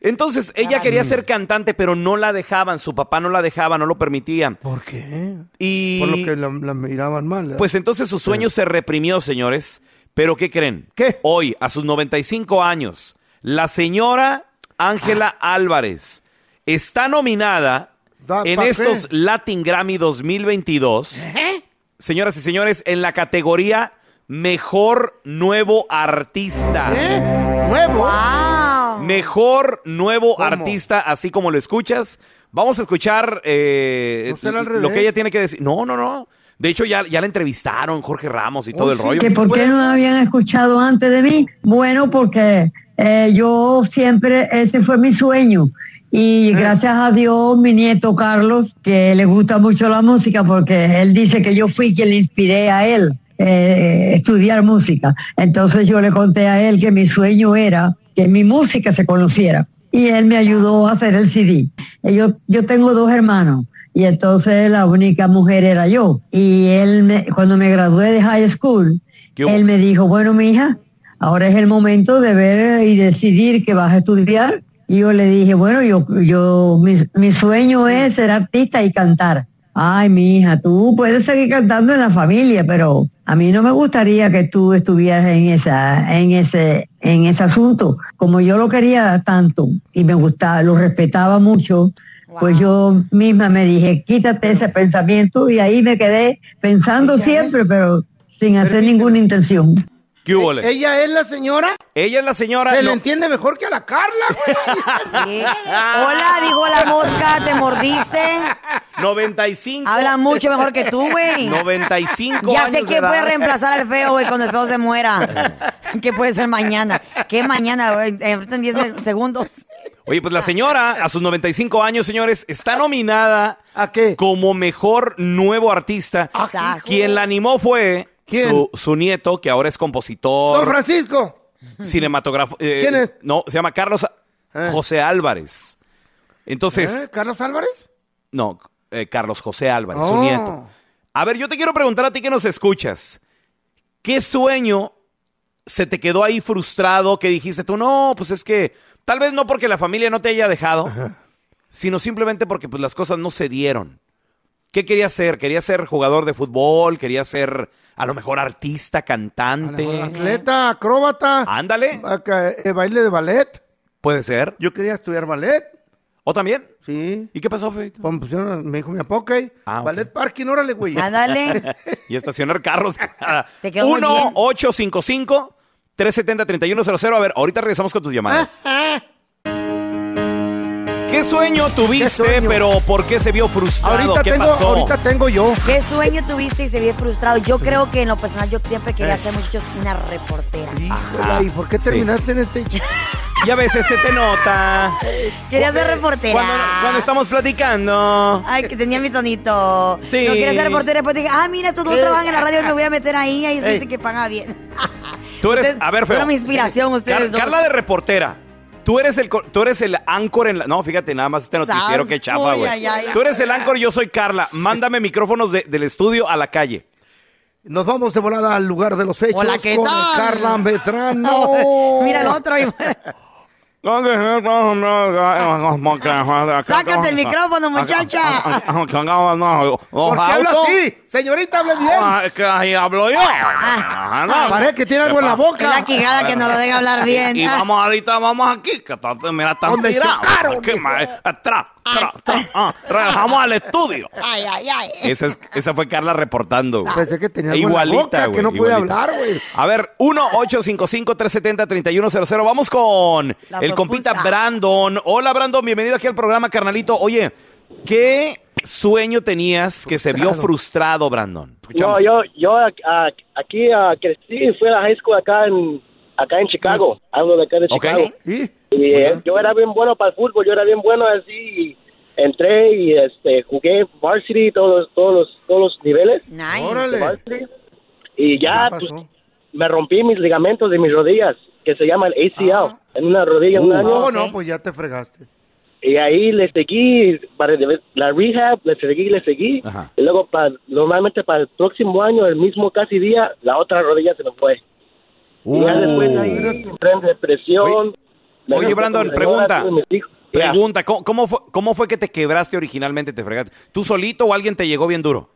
Speaker 1: Entonces, ella quería ser cantante, pero no la dejaban, su papá no la dejaba, no lo permitía.
Speaker 4: ¿Por qué?
Speaker 1: Y
Speaker 4: Por lo que la, la miraban mal. ¿eh?
Speaker 1: pues entonces su sueño se reprimió, señores. Pero ¿qué creen?
Speaker 4: ¿Qué?
Speaker 1: Hoy, a sus 95 años, la señora Ángela Álvarez está nominada
Speaker 4: Da-
Speaker 1: en
Speaker 4: ¿pa' qué?
Speaker 1: estos Latin Grammy 2022. Señoras y señores, en la categoría Mejor Nuevo Artista.
Speaker 4: ¿Eh? ¿Nuevo?
Speaker 5: Wow.
Speaker 1: Mejor nuevo
Speaker 4: ¿Cómo?
Speaker 1: artista, así como lo escuchas. Vamos a escuchar eh,
Speaker 4: No será al
Speaker 1: lo
Speaker 4: revés.
Speaker 1: que ella tiene que decir. No, no, no. De hecho, ya, ya la entrevistaron Jorge Ramos y todo
Speaker 4: Uy,
Speaker 1: el
Speaker 4: sí,
Speaker 1: rollo.
Speaker 11: ¿Que por qué no habían escuchado antes de mí? Bueno, porque eh, yo siempre, ese fue mi sueño. Y gracias a Dios, mi nieto Carlos, que le gusta mucho la música, porque él dice que yo fui quien le inspiré a él eh, estudiar música. Entonces yo le conté a él que mi sueño era que mi música se conociera. Y él me ayudó a hacer el CD. Eh, Yo, yo tengo dos hermanos. Y entonces la única mujer era yo. Y él, me- cuando me gradué de high school,
Speaker 1: ¿Qué hubo?
Speaker 11: él me dijo, bueno, mija, ahora es el momento de ver y decidir que vas a estudiar. Y yo le dije, bueno, yo, yo, mi, mi sueño es ser artista y cantar. Ay, mija, tú puedes seguir cantando en la familia, pero a mí no me gustaría que tú estuvieras en esa, en ese, en ese asunto. Como yo lo quería tanto y me gustaba, lo respetaba mucho, pues yo misma me dije, quítate ese pensamiento y ahí me quedé pensando siempre, pero sin hacer ninguna intención.
Speaker 1: ¿Qué hubo, le?
Speaker 4: ¿E, ¿Ella es la señora?
Speaker 1: Ella es la señora.
Speaker 4: Se
Speaker 1: lo-
Speaker 4: le entiende mejor que a la Carla, güey.
Speaker 5: Sí. Hola, dijo la mosca, te mordiste.
Speaker 1: 95.
Speaker 5: Habla mucho mejor que tú, güey.
Speaker 1: 95
Speaker 5: Ya
Speaker 1: años
Speaker 5: sé
Speaker 1: de
Speaker 5: que
Speaker 1: edad.
Speaker 5: puede reemplazar al feo, güey, cuando el feo se muera. ¿Qué puede ser mañana? ¿Qué mañana, güey? Ahorita en 10 segundos.
Speaker 1: Oye, pues la señora, a sus 95 años, señores, está nominada
Speaker 4: ¿A qué?
Speaker 1: como Mejor Nuevo Artista.
Speaker 5: Ah, hijo.
Speaker 1: Quien la animó fue
Speaker 4: ¿Quién?
Speaker 1: Su, su nieto, que ahora es
Speaker 4: Don
Speaker 1: compositor,
Speaker 4: Francisco.
Speaker 1: cinematógrafo. eh,
Speaker 4: ¿Quién es?
Speaker 1: No, se llama Carlos A-
Speaker 4: Ah.
Speaker 1: José Álvarez. Entonces,
Speaker 4: ¿Eh? ¿Carlos Álvarez?
Speaker 1: No, eh, Carlos José Álvarez,
Speaker 4: Oh.
Speaker 1: su nieto. A ver, yo te quiero preguntar a ti que nos escuchas. ¿Qué sueño se te quedó ahí frustrado que dijiste tú, no, pues es que tal vez no porque la familia no te haya dejado, sino simplemente porque pues, las cosas no se dieron? ¿Qué querías ser? ¿Querías ser jugador de fútbol? ¿Querías ser a lo mejor artista,
Speaker 4: A lo
Speaker 1: cantante?
Speaker 4: mejor Atleta, acróbata.
Speaker 1: Ah. Ándale,
Speaker 4: a ca- eh, Baile de ballet.
Speaker 1: puede ser.
Speaker 4: Yo quería estudiar ballet.
Speaker 1: ¿O también?
Speaker 4: Sí.
Speaker 1: ¿Y qué pasó, Feito?
Speaker 4: Pues me pusieron, me dijo mi papá, ok.
Speaker 1: Ah, ok.
Speaker 4: Ballet parking, órale, güey.
Speaker 5: Ándale.
Speaker 1: y estacionar carros.
Speaker 5: Te quedó muy bien.
Speaker 1: 1-855-370-3100. A ver, ahorita regresamos con tus llamadas.
Speaker 5: Ah.
Speaker 1: ¿Qué sueño tuviste,
Speaker 4: ¿Qué sueño?
Speaker 1: pero por qué se vio frustrado?
Speaker 4: Ahorita
Speaker 1: ¿Qué
Speaker 4: tengo,
Speaker 1: pasó?
Speaker 4: ahorita tengo yo.
Speaker 5: ¿Qué sueño tuviste y se vio frustrado? Yo creo que en lo personal yo siempre quería ser muchachos una reportera.
Speaker 4: Eh. Híjole, ¿y por qué
Speaker 1: Ah, sí.
Speaker 4: terminaste en este ch-
Speaker 1: Y a veces se te nota.
Speaker 5: Quería ser reportera.
Speaker 1: Cuando, cuando estamos platicando.
Speaker 5: Ay, que tenía mi tonito.
Speaker 1: Sí. Eh.
Speaker 5: No quería ser reportera, después dije, ah, mira, tú no trabajas en la radio, me voy a meter ahí, ahí se dice que paga bien.
Speaker 1: Tú eres,
Speaker 5: Ustedes
Speaker 1: a ver, feo.
Speaker 5: fueron mi inspiración, ustedes
Speaker 1: Car-
Speaker 5: dos.
Speaker 1: Carla de reportera. Tú eres el co- tú eres el anchor en la- No, fíjate, nada más este noticiero
Speaker 5: Sas,
Speaker 1: que chafa,
Speaker 5: uy,
Speaker 1: güey.
Speaker 5: ay, ay.
Speaker 1: Tú eres el anchor, yo soy Carla. Mándame micrófonos de- del estudio a la calle.
Speaker 4: Nos vamos de volada al lugar de los hechos
Speaker 5: Hola, ¿qué
Speaker 4: con
Speaker 5: tal?
Speaker 4: Carla Medrano.
Speaker 5: Mira el otro. y- Ah.
Speaker 1: Sácate
Speaker 5: Sácate el micrófono,
Speaker 1: ¿Por
Speaker 5: muchacha.
Speaker 12: Ah,
Speaker 13: Ah,
Speaker 4: ¿Por qué habla así? Señorita, hable bien.
Speaker 1: Que ahí hablo yo.
Speaker 4: Ah, parece que tiene algo en la boca.
Speaker 5: Es la quijada que no lo deja hablar bien. Ah.
Speaker 12: Y, y vamos ahorita, vamos aquí, que está, mira, están
Speaker 5: ¿Dónde
Speaker 12: tirados.
Speaker 5: chocaron,
Speaker 12: ¿Qué más? Tra, tra, tra, ah, regresamos al estudio.
Speaker 5: Ay, ay, ay.
Speaker 12: Esa, es- esa fue Carla reportando. E
Speaker 4: Pensé que tenía algo en la boca,
Speaker 12: Igualita, güey.
Speaker 4: que no puede
Speaker 12: igualita.
Speaker 4: hablar, güey.
Speaker 1: A ver, 1-855-370-3100. Vamos con
Speaker 4: La
Speaker 1: el
Speaker 4: propuesta.
Speaker 1: compita Brandon. Hola, Brandon. Bienvenido aquí al programa, carnalito. Oye, ¿qué sueño tenías que se vio frustrado, Brandon?
Speaker 13: No, yo, yo a- a- aquí ah, crecí, fui a la high school acá en, acá en Chicago, hablo de acá de Chicago. Y eh, yo era bien bueno para el fútbol, yo era bien bueno así, y entré y este, jugué varsity todos, todos, los, todos los niveles.
Speaker 4: Órale.
Speaker 13: De varsity. Y ya pues, me rompí mis ligamentos de mis rodillas, que se llaman ACL, en una rodilla
Speaker 1: Uh.
Speaker 13: un año.
Speaker 4: no, no, pues ya te fregaste.
Speaker 13: Y ahí le seguí para de- la rehab, le seguí, le seguí. Y luego, pa- normalmente para el próximo año, el mismo casi día, la otra rodilla se me fue. Y ya después de ahí entré en depresión. Me
Speaker 1: Uh. Oye,
Speaker 13: dejé
Speaker 1: Brandon,
Speaker 13: con mi señora,
Speaker 1: pregunta.
Speaker 13: tuve mis hijos. Ya.
Speaker 1: Pregunta, ¿cómo, cómo fue, cómo fue que te quebraste originalmente, te fregaste? ¿Tú solito o alguien te llegó bien duro?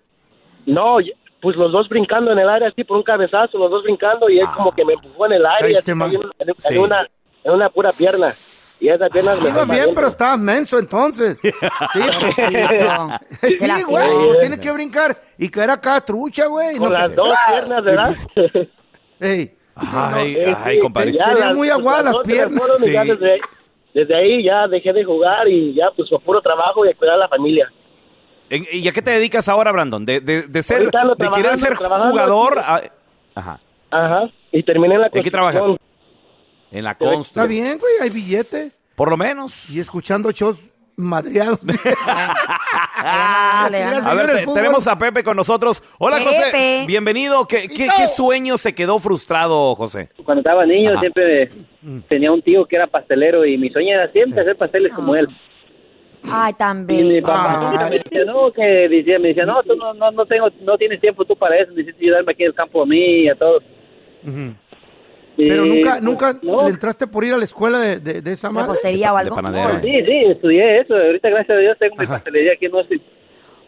Speaker 13: No, y- pues los dos brincando en el área, así por un cabezazo, los dos brincando, y él
Speaker 1: Ah.
Speaker 13: como que me empujó en el área,
Speaker 4: Caíste
Speaker 13: así,
Speaker 4: mal.
Speaker 13: en, una- en
Speaker 4: Sí.
Speaker 13: una, en una pura pierna. Y esa pierna me
Speaker 4: Iba Ah, bien, pero estabas menso entonces. Sí, pues, sí,
Speaker 13: Te lastimó.
Speaker 4: güey, no tienes que brincar y caer acá trucha, güey.
Speaker 13: Con
Speaker 4: no
Speaker 13: las
Speaker 4: que-
Speaker 13: dos piernas, ¿verdad?
Speaker 4: Ey.
Speaker 1: Ay,
Speaker 13: Eh,
Speaker 1: ay,
Speaker 13: sí,
Speaker 1: compadre.
Speaker 13: ya
Speaker 4: Tenía
Speaker 13: las-
Speaker 4: muy aguadas
Speaker 13: las
Speaker 4: las
Speaker 13: dos se me
Speaker 4: piernas.
Speaker 13: fueron y ya
Speaker 4: Sí.
Speaker 13: desde, desde ahí ya dejé de jugar y ya pues por puro trabajo y a cuidar a la familia.
Speaker 1: ¿En- ¿Y a qué te dedicas ahora, Brandon? De, de- de ser,
Speaker 13: Ahorita ando
Speaker 1: de querer
Speaker 13: trabajando,
Speaker 1: ser
Speaker 13: trabajando,
Speaker 1: jugador. ah,
Speaker 13: sí.
Speaker 1: a- Ajá.
Speaker 13: Ajá. Y terminé en la
Speaker 1: ¿En qué trabajas?
Speaker 13: construcción.
Speaker 1: En la
Speaker 4: Pero Está
Speaker 1: constru.
Speaker 4: bien, güey, hay billete.
Speaker 1: Por lo menos.
Speaker 4: Y escuchando shows madreados.
Speaker 1: Ah, a
Speaker 4: Mira, señor,
Speaker 1: ver,
Speaker 4: el
Speaker 1: te-
Speaker 4: fútbol.
Speaker 1: tenemos a Pepe con nosotros. Hola, José.
Speaker 14: Pepe.
Speaker 1: Bienvenido. ¿Qué, qué, qué sueño se quedó frustrado, José?
Speaker 14: Cuando estaba niño
Speaker 1: Ajá.
Speaker 14: siempre
Speaker 4: Mm.
Speaker 14: tenía un tío que era pastelero y mi sueño era siempre hacer pasteles como
Speaker 5: Ah.
Speaker 14: él.
Speaker 5: Ay, tan
Speaker 14: Y mi
Speaker 5: bello.
Speaker 14: papá me decía, no, que decía, me decía, no, tú no, no, no tengo, no tienes tiempo tú para eso, necesitas ayudarme aquí en el campo a mí y a todos.
Speaker 4: Pero
Speaker 14: Y,
Speaker 4: nunca,
Speaker 14: pues,
Speaker 4: nunca
Speaker 14: no.
Speaker 4: le entraste por ir a la escuela de, de, de esa madre.
Speaker 5: ¿Repostería o algo? De
Speaker 14: No, sí, sí, estudié eso. Ahorita, gracias a Dios, tengo mi pastelería aquí en Austin.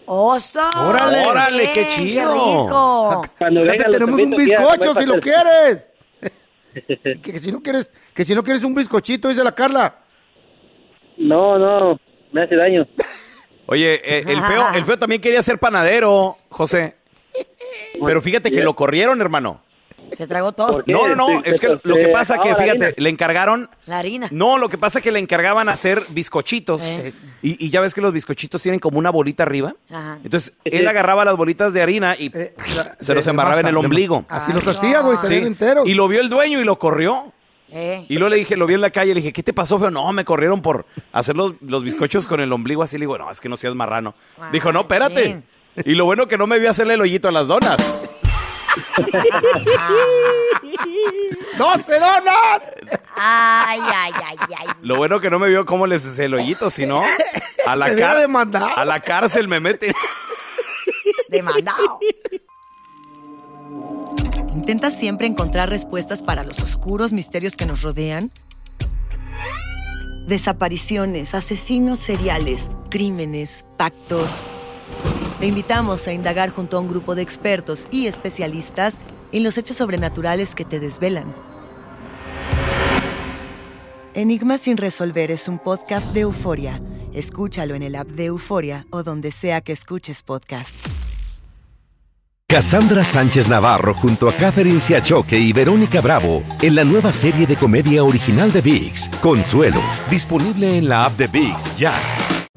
Speaker 5: ¡Oso!
Speaker 14: Órale. Órale, qué
Speaker 5: Bien,
Speaker 14: chido.
Speaker 5: rico!
Speaker 14: Cuando
Speaker 4: Ya
Speaker 14: venga,
Speaker 4: te
Speaker 14: los
Speaker 4: tenemos un
Speaker 14: invito aquí a
Speaker 4: bizcocho si
Speaker 14: comer
Speaker 4: lo
Speaker 14: pastel.
Speaker 4: quieres. Sí, que, que si no quieres, que si no quieres un bizcochito, dice la Carla.
Speaker 14: No, no, me hace daño.
Speaker 1: Oye, eh, el, feo, el feo también quería ser panadero, José. Pero fíjate que lo corrieron, hermano.
Speaker 5: Se tragó todo.
Speaker 1: No, no,
Speaker 5: Este,
Speaker 1: no, es
Speaker 5: pues,
Speaker 1: que lo que
Speaker 5: eh,
Speaker 1: pasa que, fíjate, le encargaron...
Speaker 5: La harina.
Speaker 1: No, lo que pasa es que le encargaban hacer bizcochitos. Y, y ya ves que los bizcochitos tienen como una bolita arriba.
Speaker 5: Ajá.
Speaker 1: Entonces, él agarraba las bolitas de harina y se los
Speaker 4: Eh, de
Speaker 1: embarraba en
Speaker 4: masa,
Speaker 1: el
Speaker 4: de-
Speaker 1: ombligo.
Speaker 4: Así los hacía, güey,
Speaker 1: Sí,
Speaker 4: salían enteros.
Speaker 1: Y lo vio el dueño y lo corrió.
Speaker 5: Eh.
Speaker 1: Y luego le dije, lo vi en la calle, le dije, ¿qué te pasó, feo? No, me corrieron por hacer los, los bizcochos con el ombligo así. Le digo, no, es que no seas marrano. Dijo, no, espérate.
Speaker 5: bien.
Speaker 1: Y lo bueno que no me vio hacerle el hoyito a las donas.
Speaker 4: ¡12 donas!
Speaker 5: Ay, ay, ay, ay.
Speaker 1: Lo bueno que no me vio cómo les hice el hoyito, si no, a la,
Speaker 5: Te hubiera
Speaker 1: car-
Speaker 5: demandado.
Speaker 1: a la cárcel me meten.
Speaker 5: Demandado.
Speaker 15: ¿Intentas siempre encontrar respuestas para los oscuros misterios que nos rodean? Desapariciones, asesinos seriales, crímenes, pactos. Te invitamos a indagar junto a un grupo de expertos y especialistas en los hechos sobrenaturales que te desvelan. Enigma sin resolver es un podcast de euforia. Escúchalo en el app de Euforia o donde sea que escuches podcast.
Speaker 7: Cassandra Sánchez Navarro junto a Catherine Siachoque y Verónica Bravo en la nueva serie de comedia original de VIX, Consuelo, disponible en la app de VIX ya.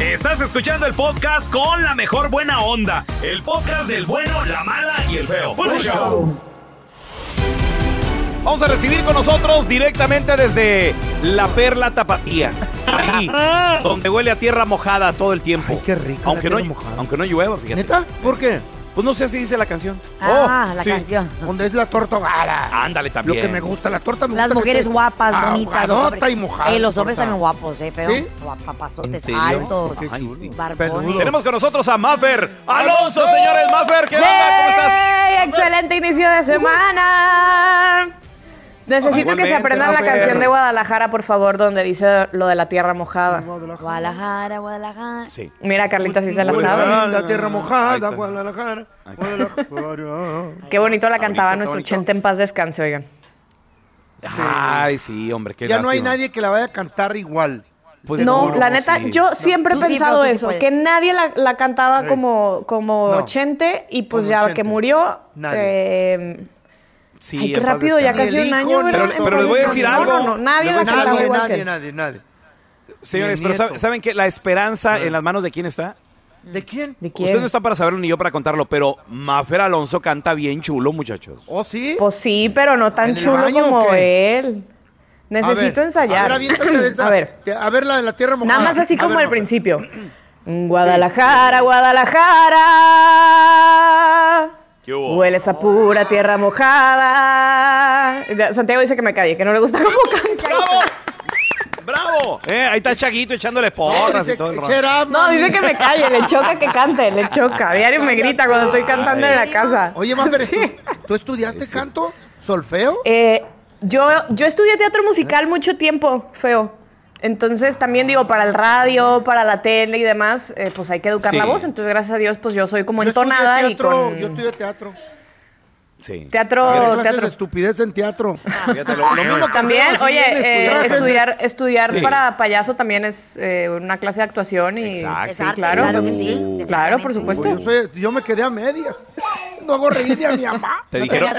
Speaker 1: Estás escuchando el podcast con la mejor buena onda. El podcast del bueno, la mala y el feo. Bueno, show. Vamos a recibir con nosotros directamente desde la Perla Tapatía. Ahí,
Speaker 4: Ah.
Speaker 1: donde huele a tierra mojada todo el tiempo. qué rico. Aunque, no,
Speaker 4: tierra
Speaker 1: aunque no llueva, fíjate.
Speaker 4: ¿Neta? ¿Por qué?
Speaker 1: Pues no sé así dice la canción. Oh,
Speaker 5: Ah, la
Speaker 1: sí.
Speaker 5: canción.
Speaker 4: Oh, ¿Dónde es la torta ahogada?
Speaker 1: Ándale también.
Speaker 4: Lo que me gusta, la torta me
Speaker 5: Las
Speaker 4: gusta que
Speaker 5: mujeres
Speaker 4: esté
Speaker 5: guapas, bonitas. los
Speaker 4: ahogadota
Speaker 5: hombres-
Speaker 4: y mojada.
Speaker 5: Eh, los hombres
Speaker 4: torta.
Speaker 5: también guapas, eh, pero
Speaker 4: ¿Sí?
Speaker 1: ¿En
Speaker 5: guapapazotes,
Speaker 1: serio?
Speaker 5: altos,
Speaker 1: Ay, sí.
Speaker 5: barbones.
Speaker 1: Tenemos con nosotros a Maffer.
Speaker 5: ¡Alonso!
Speaker 1: Alonso, señores, Maffer, ¿qué onda? ¿Cómo estás?
Speaker 16: ¡Ey! ¡Excelente inicio de
Speaker 4: Uh-huh.
Speaker 16: semana! Necesito que
Speaker 1: Igualmente,
Speaker 16: se aprendan la
Speaker 1: Mafer.
Speaker 16: canción de Guadalajara, por favor, donde dice lo de la tierra mojada.
Speaker 5: Guadalajara, Guadalajara.
Speaker 1: Sí.
Speaker 16: Mira, Carlita, sí se la
Speaker 4: Guadalajara,
Speaker 16: sabe.
Speaker 4: La tierra mojada,
Speaker 16: Ahí
Speaker 4: Guadalajara. Guadalajara.
Speaker 16: Qué bonito la cantaba
Speaker 4: Bonito,
Speaker 16: nuestro
Speaker 4: bonito.
Speaker 16: Chente en paz descanse, oigan.
Speaker 1: Ay, sí, hombre, qué
Speaker 4: Ya no hay
Speaker 1: lástima.
Speaker 4: nadie que la vaya a cantar igual.
Speaker 1: Pues
Speaker 16: no,
Speaker 1: no,
Speaker 16: la
Speaker 1: no,
Speaker 16: neta,
Speaker 1: sí.
Speaker 16: yo siempre he
Speaker 4: Tú sí,
Speaker 16: pensado
Speaker 4: pero tú sí
Speaker 16: eso,
Speaker 4: puedes.
Speaker 16: que nadie la, la cantaba
Speaker 4: Sí.
Speaker 16: como, como
Speaker 4: No.
Speaker 16: Chente y pues
Speaker 4: Como
Speaker 16: ya
Speaker 4: Chente.
Speaker 16: que murió.
Speaker 4: Nadie.
Speaker 16: eh,
Speaker 1: Sí,
Speaker 16: ay, qué
Speaker 1: en paz
Speaker 16: rápido, ya
Speaker 1: descanse.
Speaker 16: casi un año, ¿verdad?
Speaker 1: Pero, pero les voy a decir
Speaker 16: No,
Speaker 1: algo.
Speaker 16: No, no, nadie la cantaba
Speaker 4: Nadie,
Speaker 16: igual que
Speaker 4: nadie,
Speaker 16: él.
Speaker 4: nadie, nadie.
Speaker 1: Señores,
Speaker 4: Mi
Speaker 1: pero
Speaker 4: nieto.
Speaker 1: ¿saben, saben qué? La esperanza en las manos de quién está.
Speaker 4: ¿De quién? ¿De
Speaker 1: Usted no está para saberlo ni yo para contarlo, pero Mafer Alonso canta bien chulo, muchachos.
Speaker 4: ¿Oh, sí?
Speaker 16: Pues sí, pero no
Speaker 4: ¿En
Speaker 16: tan
Speaker 4: el
Speaker 16: chulo
Speaker 4: baño o
Speaker 16: como
Speaker 4: qué?
Speaker 16: él. Necesito
Speaker 4: A ver,
Speaker 16: ensayar.
Speaker 4: A ver, aviéntate de esa.
Speaker 16: A ver,
Speaker 4: Te- a ver la de la tierra mojada.
Speaker 16: nada más así
Speaker 4: A
Speaker 16: como
Speaker 4: ver,
Speaker 16: al principio. Guadalajara, Guadalajara. Hueles a pura tierra mojada. Ya, Santiago dice que me calle, que no le gusta cómo canta.
Speaker 1: ¡Bravo! Eh, ahí está Chaguito echándole porras y todo el rollo.
Speaker 16: No, dice que me calle, le choca que cante, le choca. Diario me grita cuando estoy cantando en la casa.
Speaker 4: Oye, Mafer, ¿tú, tú estudiaste canto? ¿Solfeo?
Speaker 16: Eh, yo, yo estudié teatro musical mucho tiempo, feo. Entonces también digo, para el radio, para la tele y demás, eh, pues hay que educar
Speaker 4: Sí.
Speaker 16: la voz. Entonces, gracias a Dios, pues yo soy como
Speaker 4: Yo estudié
Speaker 16: entonada y
Speaker 4: teatro,
Speaker 16: con...
Speaker 4: Yo estudié teatro.
Speaker 1: Sí.
Speaker 16: Teatro,
Speaker 4: Había clases
Speaker 16: teatro.
Speaker 4: de estupidez en teatro.
Speaker 1: lo mismo que
Speaker 16: También,
Speaker 1: Pero si
Speaker 16: oye,
Speaker 1: bien
Speaker 16: eh,
Speaker 1: estudiar-
Speaker 16: estudiar, estudiar
Speaker 1: Sí.
Speaker 16: para payaso también es eh, una clase de actuación y sí, claro, Uh.
Speaker 4: claro que sí,
Speaker 16: claro, por supuesto.
Speaker 4: Yo, soy- yo me quedé a medias. No hago reír ni a mi mamá.
Speaker 1: Te dijeron,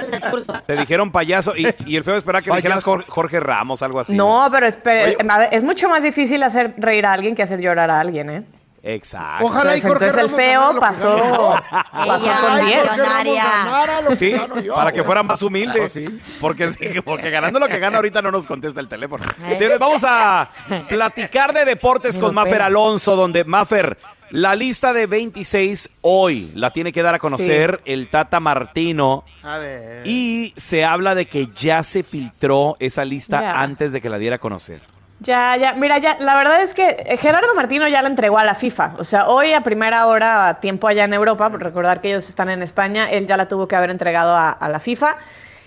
Speaker 1: te dijeron payaso y, y el feo esperaba que dijeras Jorge, Jorge Ramos, algo así.
Speaker 16: No, pero espere,
Speaker 1: Oye.
Speaker 16: a ver, es mucho más difícil hacer reír a alguien que hacer llorar a alguien, ¿eh?
Speaker 1: Exacto.
Speaker 16: Ojalá y Entonces, Jorge entonces el Ramos feo ganara pasó- pasó con
Speaker 4: Ojalá y
Speaker 16: 10.
Speaker 4: Jorge Ramos ganara lo que
Speaker 1: Sí,
Speaker 4: gano yo,
Speaker 1: para que
Speaker 4: güey.
Speaker 1: fuera más humilde.
Speaker 4: Ah, sí.
Speaker 1: Porque, sí, porque ganando lo que gana ahorita no nos contesta el teléfono. Señores, vamos a platicar de deportes con Mafer Alonso, donde Mafer, la lista de 26 hoy la tiene que dar a conocer el Tata Martino.
Speaker 4: A ver.
Speaker 1: Y se habla de que ya se filtró esa lista
Speaker 16: Ya.
Speaker 1: antes de que la diera a conocer.
Speaker 16: Ya, ya, mira, ya, la verdad es que eh, Gerardo Martino ya la entregó a la FIFA. O sea, hoy a primera hora, a tiempo allá en Europa, por recordar que ellos están en España, él ya la tuvo que haber entregado a, a la FIFA.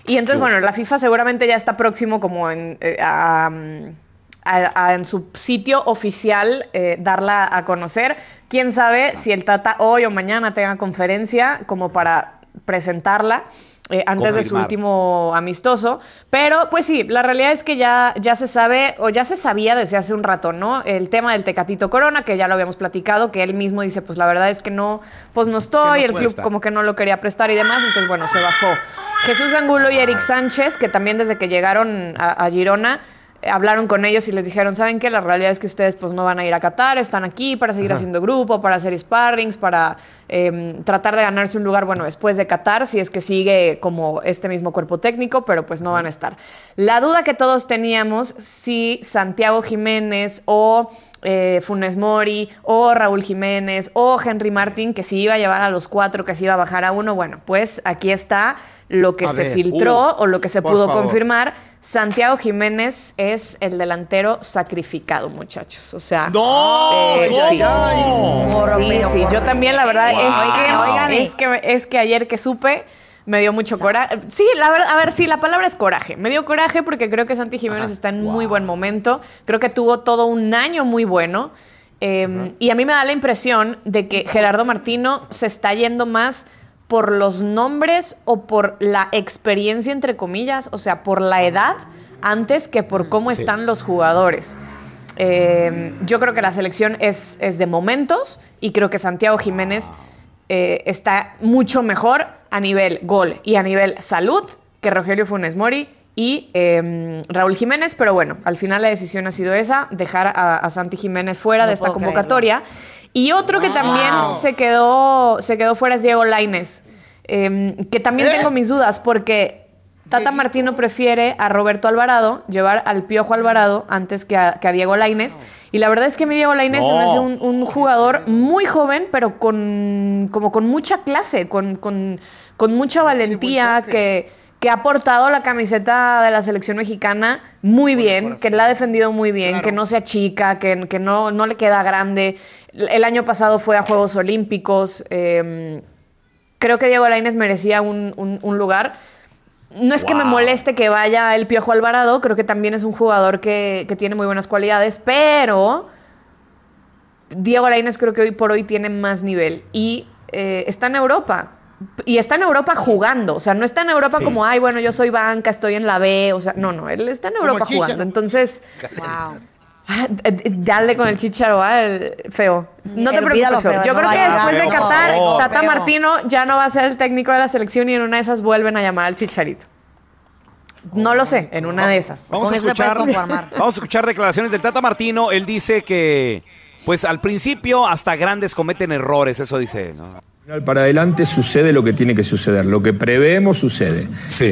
Speaker 16: Y entonces, bueno, la FIFA seguramente ya está próximo como en, eh, a, mm, a- a- en su sitio oficial eh, darla a conocer. Quién sabe si el Tata hoy o mañana tenga conferencia como para presentarla eh, antes de su
Speaker 17: Confirmar.
Speaker 16: último último amistoso. Pero, pues sí, la realidad es que ya, ya se sabe, o ya se sabía desde hace un rato, ¿no? El tema del Tecatito Corona, que ya lo habíamos platicado, que él mismo dice, pues la verdad es que no, pues no estoy,
Speaker 18: Que no
Speaker 16: el
Speaker 18: puede
Speaker 16: club
Speaker 18: estar.
Speaker 16: como que no lo quería prestar y demás, entonces bueno, se bajó. Jesús Angulo y Eric Sánchez, que también desde que llegaron a, a Girona, eh, hablaron con ellos y les dijeron, ¿saben qué? La realidad es que ustedes pues no van a ir a Qatar, están aquí para seguir
Speaker 18: Ajá.
Speaker 16: haciendo grupo, para hacer sparrings, para eh, tratar de ganarse un lugar, bueno, después de Qatar, si es que sigue como este mismo cuerpo técnico, pero pues no van a estar. La duda que todos teníamos, si Santiago Jiménez o eh, Funes Mori o Raúl Jiménez o Henry Martín, que si iba a llevar a los cuatro, que si iba a bajar a uno, bueno, pues aquí está lo que
Speaker 18: A
Speaker 16: se
Speaker 18: ver,
Speaker 16: filtró
Speaker 18: uh,
Speaker 16: o lo que se
Speaker 18: por
Speaker 16: pudo
Speaker 18: favor.
Speaker 16: confirmar. Santiago Jiménez es el delantero sacrificado, muchachos. O sea,
Speaker 1: ¡No!
Speaker 16: eh, sí.
Speaker 1: ¿Cómo?
Speaker 16: Sí, sí, yo también, la verdad, es, que,
Speaker 1: Wow. Óigame.
Speaker 16: es, que, es que ayer que supe me dio mucho coraje. Sí, la verdad, a ver, sí, la palabra es coraje. Me dio coraje porque creo que Santi Jiménez está en muy buen momento. Creo que tuvo todo un año muy bueno. Eh, Y a mí me da la impresión de que Gerardo Martino se está yendo más por los nombres o por la experiencia, entre comillas, o sea, por la edad, antes que por cómo
Speaker 18: Sí.
Speaker 16: están los jugadores. Em, Eh, yo creo que la selección es, es de momentos y creo que Santiago Jiménez eh, está mucho mejor a nivel gol y a nivel salud que Rogelio Funes Mori y eh, Raúl Jiménez, pero bueno, al final la decisión ha sido esa, dejar a, a Santi Jiménez fuera
Speaker 5: No
Speaker 16: de esta
Speaker 5: puedo
Speaker 16: convocatoria. Y otro que
Speaker 5: Wow.
Speaker 16: también se quedó, se quedó fuera es Diego Laines, que también tengo mis dudas porque Tata Martino prefiere a Roberto Alvarado, llevar al Piojo Alvarado antes que a, que a Diego Laines. Y la verdad es que mi Diego Laines se me hace
Speaker 17: No.
Speaker 16: un, un jugador muy joven, pero con, como con mucha clase, con, con- con mucha valentía, que, que ha portado la camiseta de la selección mexicana muy bien, que la ha defendido muy bien, que no se achica, que, que no, no le queda grande. El año pasado fue a Juegos Olímpicos. eh, creo que Diego Laines merecía un, un- un lugar. No es que me
Speaker 18: Wow.
Speaker 16: moleste que vaya el Piojo Alvarado, creo que también es un jugador que, que tiene muy buenas cualidades, pero Diego Laines creo que hoy por hoy tiene más nivel y eh, está en Europa. Y está en Europa jugando, o sea, no está en Europa
Speaker 17: Sí.
Speaker 16: como, ay, bueno, yo soy banca, estoy en la B, o sea, no, no, él está en
Speaker 17: Como
Speaker 16: Europa
Speaker 17: el Chicharo.
Speaker 16: jugando, entonces, Ah, d- d- dale con el chicharo, ah, el feo. No te
Speaker 5: Olvídalo,
Speaker 16: preocupes, feo.
Speaker 5: feo,
Speaker 16: Yo
Speaker 5: no
Speaker 16: creo que
Speaker 5: vayas.
Speaker 16: después de
Speaker 5: Feo,
Speaker 16: Qatar,
Speaker 5: feo,
Speaker 16: Tata
Speaker 5: feo.
Speaker 16: Martino ya no va a ser el técnico de la selección y en una de esas vuelven a llamar al chicharito. No lo sé, en una de esas. pues.
Speaker 1: Oh, Vamos a, escuchar, vamos a escuchar declaraciones del Tata Martino. Él dice que, pues al principio, hasta grandes cometen errores, eso dice. ¿no?
Speaker 19: Final Para adelante sucede lo que tiene que suceder, lo que preveemos sucede.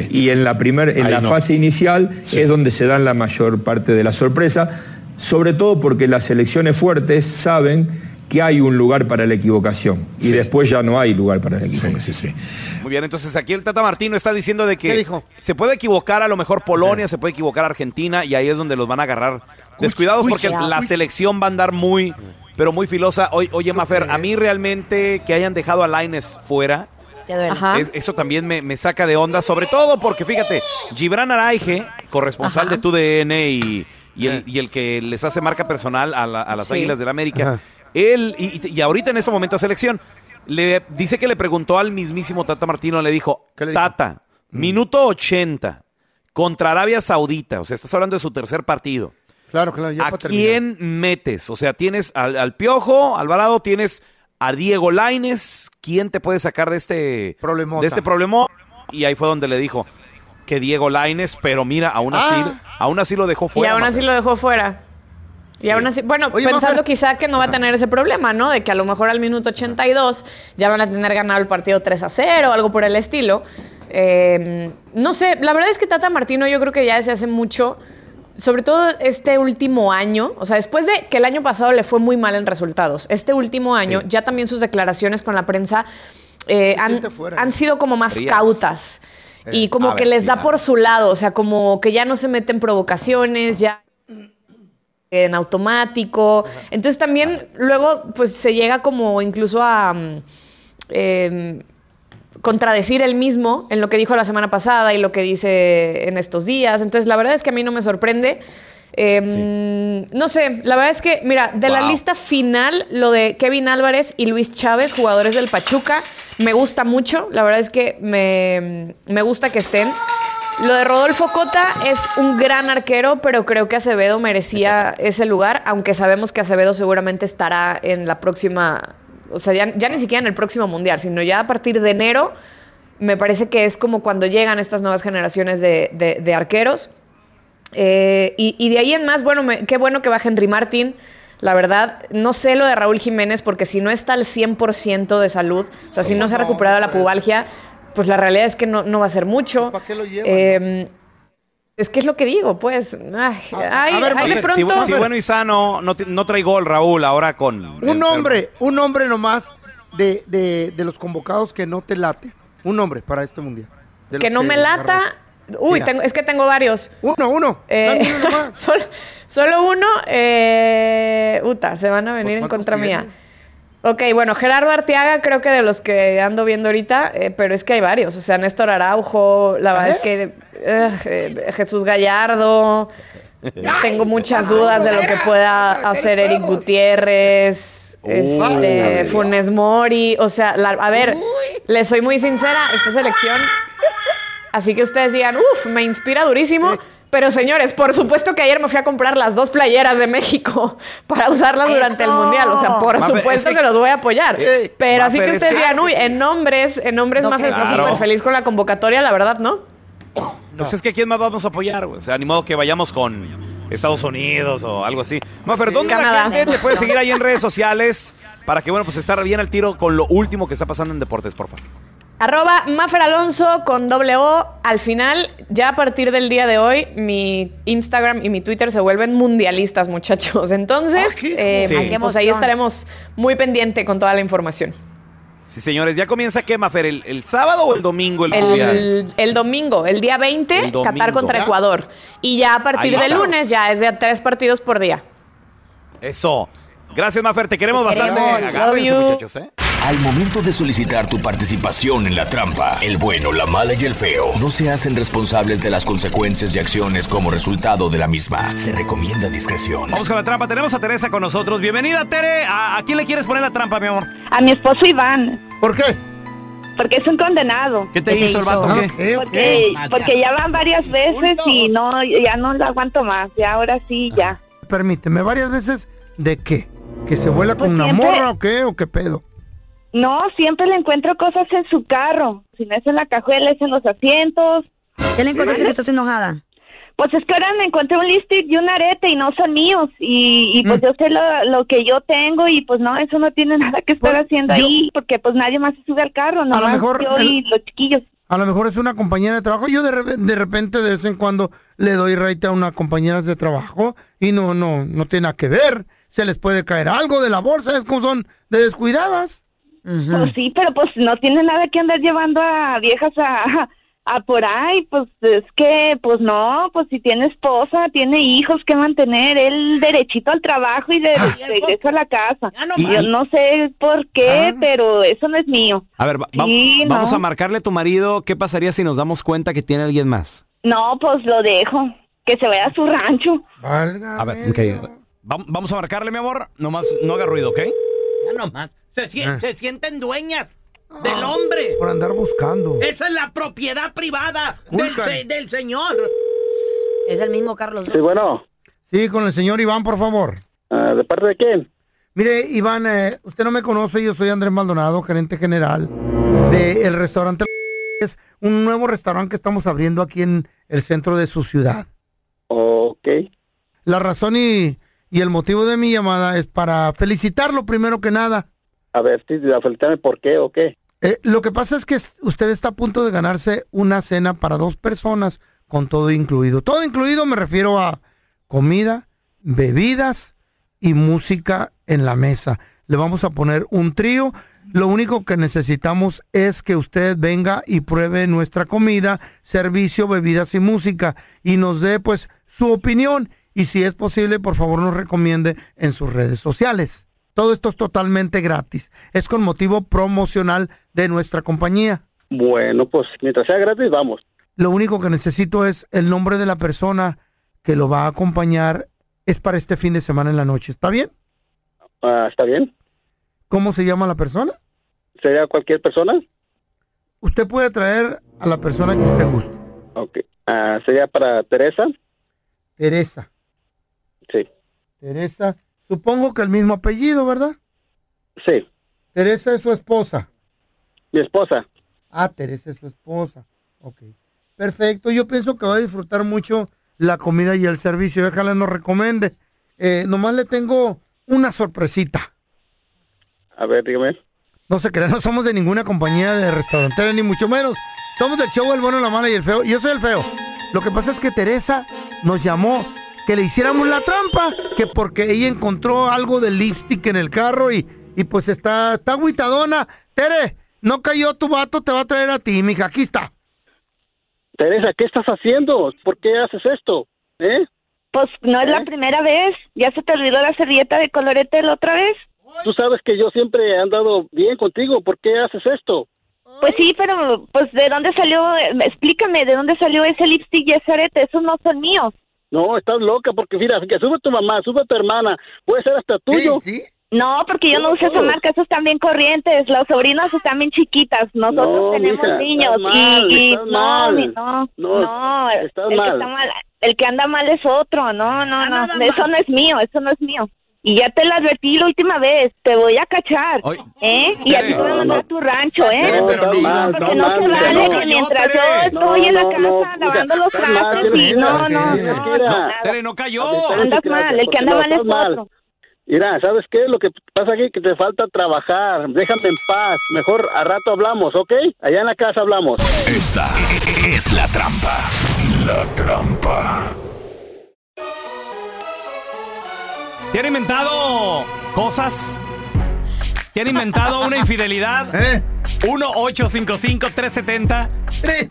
Speaker 19: Y en la, primer, en
Speaker 20: Ahí
Speaker 19: la
Speaker 20: no.
Speaker 19: fase inicial es donde se dan la mayor parte de la sorpresa, sobre todo porque las selecciones fuertes saben que hay un lugar para la equivocación y después ya no hay lugar para la equivocación.
Speaker 1: Muy bien, entonces aquí el Tata Martino está diciendo de que se puede equivocar a lo mejor Polonia, se puede equivocar Argentina y ahí es donde los van a agarrar descuidados
Speaker 21: cuch,
Speaker 1: porque
Speaker 21: ya,
Speaker 1: la
Speaker 21: cuch.
Speaker 1: selección va a andar muy, pero muy filosa. Oye, oye Mafer, a mí realmente que hayan dejado a Laines fuera,
Speaker 5: Te duele.
Speaker 1: Es- eso también me, me saca de onda, sobre todo porque fíjate, Gibran Araige, corresponsal de TUDN y, y, el, y el que les hace marca personal a, la- a las
Speaker 21: Sí.
Speaker 1: Águilas del América, él, y, y ahorita en ese momento a selección, le dice que le preguntó al mismísimo Tata Martino, le dijo, Tata,
Speaker 22: Mm.
Speaker 1: minuto 80 contra Arabia Saudita, o sea, estás hablando de su tercer partido.
Speaker 22: Claro, claro, ya
Speaker 1: ¿A
Speaker 22: para terminar.
Speaker 1: quién metes? O sea, tienes al, al Piojo, Alvarado, tienes a Diego Laines. ¿Quién te puede sacar de este, de este problema? Y ahí fue donde le dijo que Diego Laines, pero mira, aún así,
Speaker 22: Ah.
Speaker 1: aún así lo dejó
Speaker 16: Y
Speaker 1: fuera.
Speaker 16: aún así
Speaker 1: Mafer.
Speaker 16: lo dejó fuera. Y aún así, bueno,
Speaker 1: Oye,
Speaker 16: pensando
Speaker 1: Mafer.
Speaker 16: quizá que no va a tener ese problema, ¿no? De que a lo mejor al minuto 82 ya van a tener ganado el partido 3 a 0 o algo por el estilo. Eh, no sé, la verdad es que Tata Martino yo creo que ya desde hace mucho, sobre todo este último año, o sea, después de que el año pasado le fue muy mal en resultados, este último año ya también sus declaraciones con la prensa eh, han, han sido como más
Speaker 21: Frías.
Speaker 16: cautas. Y
Speaker 21: Eh,
Speaker 16: como
Speaker 21: a
Speaker 16: que
Speaker 21: ver,
Speaker 16: les
Speaker 21: sí,
Speaker 16: da
Speaker 21: a
Speaker 16: por
Speaker 21: ver.
Speaker 16: su lado, o sea, como que ya no se meten provocaciones, ya en automático. Entonces también luego pues se llega como incluso a mm, eh, contradecir el mismo en lo que dijo la semana pasada y lo que dice en estos días. Entonces la verdad es que a mí no me sorprende. Eh, No sé, la verdad es que, mira, de la
Speaker 21: Wow.
Speaker 16: lista final, lo de Kevin Álvarez y Luis Chávez, jugadores del Pachuca, me gusta mucho, la verdad es que me, me gusta que estén. Lo de Rodolfo Cota es un gran arquero, pero creo que Acevedo merecía ese lugar, aunque sabemos que Acevedo seguramente estará en la próxima, o sea, ya, ya ni siquiera en el próximo mundial, sino ya a partir de enero, me parece que es como cuando llegan estas nuevas generaciones de, de- de arqueros. Eh, y, y de ahí en más, bueno, me- qué bueno que va Henry Martín. La verdad, no sé lo de Raúl Jiménez porque si no está al 100% de salud, o sea, si no se ha recuperado la pubalgia, pues la realidad es que no, no va a ser mucho.
Speaker 4: ¿Para qué lo llevan?
Speaker 16: Eh, es que es lo que digo, pues. Ay, ay,
Speaker 4: ver,
Speaker 16: ay, de
Speaker 1: Oye, si,
Speaker 16: pronto.
Speaker 1: si bueno y sano, no, te- no trae gol Raúl ahora con...
Speaker 4: Un hombre, un hombre nomás de, de, de los convocados que no te late. Un hombre para este mundial. De
Speaker 16: que
Speaker 4: los
Speaker 16: no me lata. Uy,
Speaker 4: Mira.
Speaker 16: tengo- es que tengo varios. Eh,
Speaker 4: Uno, uno. Dame uno
Speaker 16: solo, solo uno. Eh, uta, se van a
Speaker 4: Pues,
Speaker 16: venir en contra mía. Ok, bueno, Gerardo Arteaga creo que de los que ando viendo ahorita, eh, pero es que hay varios. O sea, Néstor Araujo, la verdad es que eh, eh, Jesús Gallardo. Tengo muchas dudas de lo que pueda hacer Eric Gutiérrez, este,
Speaker 21: Uy.
Speaker 16: Funes Mori. O sea, la- a ver, les soy muy sincera, esta selección, así que ustedes digan, uff, me inspira durísimo. Pero señores, por supuesto que ayer me fui a comprar las dos playeras de México para usarlas durante el
Speaker 1: ¡Eso!
Speaker 16: mundial. O sea, por
Speaker 1: Va a fe-
Speaker 16: supuesto
Speaker 1: es que-
Speaker 16: que, los voy a apoyar.
Speaker 1: Eh,
Speaker 16: Pero
Speaker 1: va a
Speaker 16: así que ustedes
Speaker 1: festejar.
Speaker 16: dirán, uy, en nombres, en nombres
Speaker 1: No,
Speaker 16: más está
Speaker 1: claro.
Speaker 16: súper feliz con la convocatoria, la verdad, ¿no?
Speaker 1: Pues es que ¿a quién más vamos a apoyar? güey? O sea, ni modo que vayamos con Estados Unidos o algo así. Mafer, ¿dónde
Speaker 16: Canadá.
Speaker 1: la gente te puede seguir ahí en redes sociales? Para que, bueno, pues estar bien al tiro con lo último que está pasando en deportes, por favor.
Speaker 16: Arroba Mafer Alonso con doble O. Al final, ya a partir del día de hoy, mi Instagram y mi Twitter se vuelven mundialistas, muchachos. Entonces, eh,
Speaker 1: Sí. Ay, Ah, qué
Speaker 16: pues ahí
Speaker 1: emoción.
Speaker 16: estaremos muy pendiente con toda la información.
Speaker 1: Sí, señores, ¿ya comienza qué, Mafer? ¿El, el sábado o el domingo el, mundial?
Speaker 16: El, el domingo, el día 20,
Speaker 1: El domingo.
Speaker 16: Qatar contra
Speaker 1: Ya.
Speaker 16: Ecuador. Y ya a partir
Speaker 1: Ahí
Speaker 16: del
Speaker 1: estamos.
Speaker 16: lunes ya es de a tres partidos por día.
Speaker 1: Eso. Gracias, Mafer, te queremos bastante.
Speaker 16: queremos.
Speaker 1: Agárrense,
Speaker 16: Love you.
Speaker 1: muchachos, ¿eh?
Speaker 23: Al momento de solicitar tu participación en la trampa, el bueno, la mala y el feo no se hacen responsables de las consecuencias y acciones como resultado de la misma. Se recomienda discreción.
Speaker 1: Vamos con la trampa. Tenemos a Teresa con nosotros. Bienvenida, Tere. ¿A, a quién le quieres poner la trampa, mi amor?
Speaker 20: A mi esposo Iván.
Speaker 4: ¿Por qué?
Speaker 20: Porque es un condenado.
Speaker 1: ¿Qué te ¿Qué te hizo el hizo? vato? ¿Qué?
Speaker 20: Porque,
Speaker 4: ok.
Speaker 20: porque ya van varias veces y no, ya no lo aguanto más. Ya ahora sí, ya.
Speaker 4: Permíteme, varias veces, ¿de qué? ¿Que se vuela con una
Speaker 20: Pues siempre-
Speaker 4: morra o qué? ¿O qué pedo?
Speaker 20: No, siempre le encuentro cosas en su carro. Si no es en la cajuela, es en los asientos.
Speaker 5: ¿Qué le encontraste que estás
Speaker 20: enojada? Pues es que ahora me encontré un lipstick y un arete y no son míos. Y, y pues
Speaker 1: Mm.
Speaker 20: yo sé lo, lo que yo tengo y pues no, eso no tiene nada que estar haciendo ahí porque pues nadie más se sube al carro,
Speaker 4: A lo
Speaker 20: nomás
Speaker 4: mejor
Speaker 20: yo y
Speaker 4: el-
Speaker 20: los chiquillos.
Speaker 4: A lo mejor es una compañera de trabajo. Yo de, re- de repente, de vez en cuando, le doy raite a una compañera de trabajo y no, no, no tiene nada que ver. Se les puede caer algo de la bolsa, es como son de descuidadas.
Speaker 20: Pues sí, pero pues no tiene nada que andar llevando a viejas a, a por ahí, pues es que, pues no, pues si tiene esposa, tiene hijos que mantener, él derechito al trabajo y de regreso a la casa. Yo
Speaker 1: más.
Speaker 20: no sé por qué, pero eso no es mío.
Speaker 1: A ver, va- va-
Speaker 20: Sí, no.
Speaker 1: vamos a marcarle a tu marido. ¿Qué pasaría si nos damos cuenta que tiene alguien más?
Speaker 20: No, pues lo dejo, que se vaya a su rancho.
Speaker 1: A ver, ok. Va- Vamos a marcarle, mi amor. Nomás no haga ruido, ¿ok?
Speaker 24: Ya nomás. Se, si-
Speaker 1: Ah.
Speaker 24: se sienten dueñas del hombre.
Speaker 4: Ah. Por andar buscando.
Speaker 24: Esa es la propiedad privada del,
Speaker 4: Vulcan.
Speaker 24: se- del señor.
Speaker 5: Es el mismo Carlos.
Speaker 4: Sí, bueno. Sí, con el señor Iván, por favor. ¿De parte de quién? Mire, Iván, eh, usted no me conoce, yo soy Andrés Maldonado, gerente general del restaurante. Es un nuevo restaurante que estamos abriendo aquí en el centro de su ciudad.
Speaker 2: Ok.
Speaker 4: La razón y, y el motivo de mi llamada es para felicitarlo primero que nada.
Speaker 2: A ver, sí, felicitarme por qué o qué.
Speaker 4: Eh, lo que pasa es que es- usted está a punto de ganarse una cena para dos personas con todo incluido. Todo incluido me refiero a comida, bebidas y música en la mesa. Le vamos a poner un trío. Lo único que necesitamos es que usted venga y pruebe nuestra comida, servicio, bebidas y música y nos dé pues su opinión y si es posible por favor nos recomiende en sus redes sociales. Todo esto es totalmente gratis. Es con motivo promocional de nuestra compañía.
Speaker 2: Bueno, pues mientras sea gratis, vamos.
Speaker 4: Lo único que necesito es el nombre de la persona que lo va a acompañar. Es para este fin de semana en la noche. ¿Está bien?
Speaker 2: Ah, ¿Está bien?
Speaker 4: ¿Cómo se llama la persona?
Speaker 2: ¿Sería cualquier persona?
Speaker 4: Usted puede traer a la persona que usted guste.
Speaker 2: Ok. Ah, ¿Sería para Teresa?
Speaker 4: Teresa.
Speaker 2: Sí.
Speaker 4: Teresa. Supongo que el mismo apellido, ¿verdad?
Speaker 2: Sí.
Speaker 4: Teresa es su esposa.
Speaker 2: Mi esposa.
Speaker 4: Ah, Teresa es su esposa. Ok. Perfecto. Yo pienso que va a disfrutar mucho la comida y el servicio. Déjala nos recomiende. Eh, nomás le tengo una sorpresita.
Speaker 2: A ver, dígame.
Speaker 4: No se crean, no somos de ninguna compañía de restaurantera, ni mucho menos. Somos del show El Bueno, La Mala y El Feo. Yo soy el Feo. Lo que pasa es que Teresa nos llamó que le hiciéramos la trampa, que porque ella encontró algo de lipstick en el carro y, y pues está, está agüitadona. Tere, no cayó tu vato, te va a traer a ti, mija. Aquí está.
Speaker 2: Teresa, ¿qué estás haciendo? ¿Por qué haces esto? ¿Eh?
Speaker 20: Pues no es la primera vez, ya se te olvidó la servilleta de colorete la otra vez.
Speaker 2: Tú sabes que yo siempre he andado bien contigo. ¿Por qué haces esto?
Speaker 20: Pues sí, pero pues de dónde salió, Eh, explícame, de dónde salió ese lipstick y ese arete, esos no son míos.
Speaker 2: No, estás loca porque mira, que sube tu mamá, sube tu hermana. Puede ser hasta tuyo.
Speaker 4: Sí,
Speaker 20: No, porque yo no uso esa marca, esos están bien corrientes, las sobrinas están bien chiquitas, nosotros
Speaker 2: No,
Speaker 20: tenemos
Speaker 2: mija,
Speaker 20: niños
Speaker 2: estás mal,
Speaker 20: y, y-
Speaker 2: estás
Speaker 20: no,
Speaker 2: mal.
Speaker 20: mi- no,
Speaker 2: No,
Speaker 20: no,
Speaker 2: estás
Speaker 20: el que
Speaker 2: mal.
Speaker 20: está mal el que anda mal es otro, no, no, no,
Speaker 2: Ah, nada
Speaker 20: eso no es mío, eso no es mío. Y ya te lo advertí la última vez, te voy a cachar, ¿eh? Y a ti te voy a mandar a tu rancho, ¿eh?
Speaker 2: Tere, pero no más,
Speaker 20: porque
Speaker 2: no
Speaker 20: no, se
Speaker 2: más, Tere,
Speaker 20: vale
Speaker 2: no.
Speaker 20: que mientras yo
Speaker 2: Tere.
Speaker 20: estoy en la
Speaker 2: No,
Speaker 20: casa
Speaker 2: no,
Speaker 20: lavando los
Speaker 2: estás mal,
Speaker 20: trastos
Speaker 2: Tere,
Speaker 20: y no,
Speaker 2: sí,
Speaker 20: no,
Speaker 2: sí,
Speaker 20: no,
Speaker 2: sí,
Speaker 20: no,
Speaker 1: Tere, no cayó.
Speaker 20: andas mal, el que anda mal es otro.
Speaker 25: Mira, ¿sabes qué? Lo que pasa aquí es que te falta trabajar. Déjame en paz. Mejor a rato hablamos, ¿ok? Allá en la casa hablamos.
Speaker 26: Esta es la trampa. La trampa.
Speaker 1: ¿Te han inventado cosas? ¿Te han inventado una infidelidad?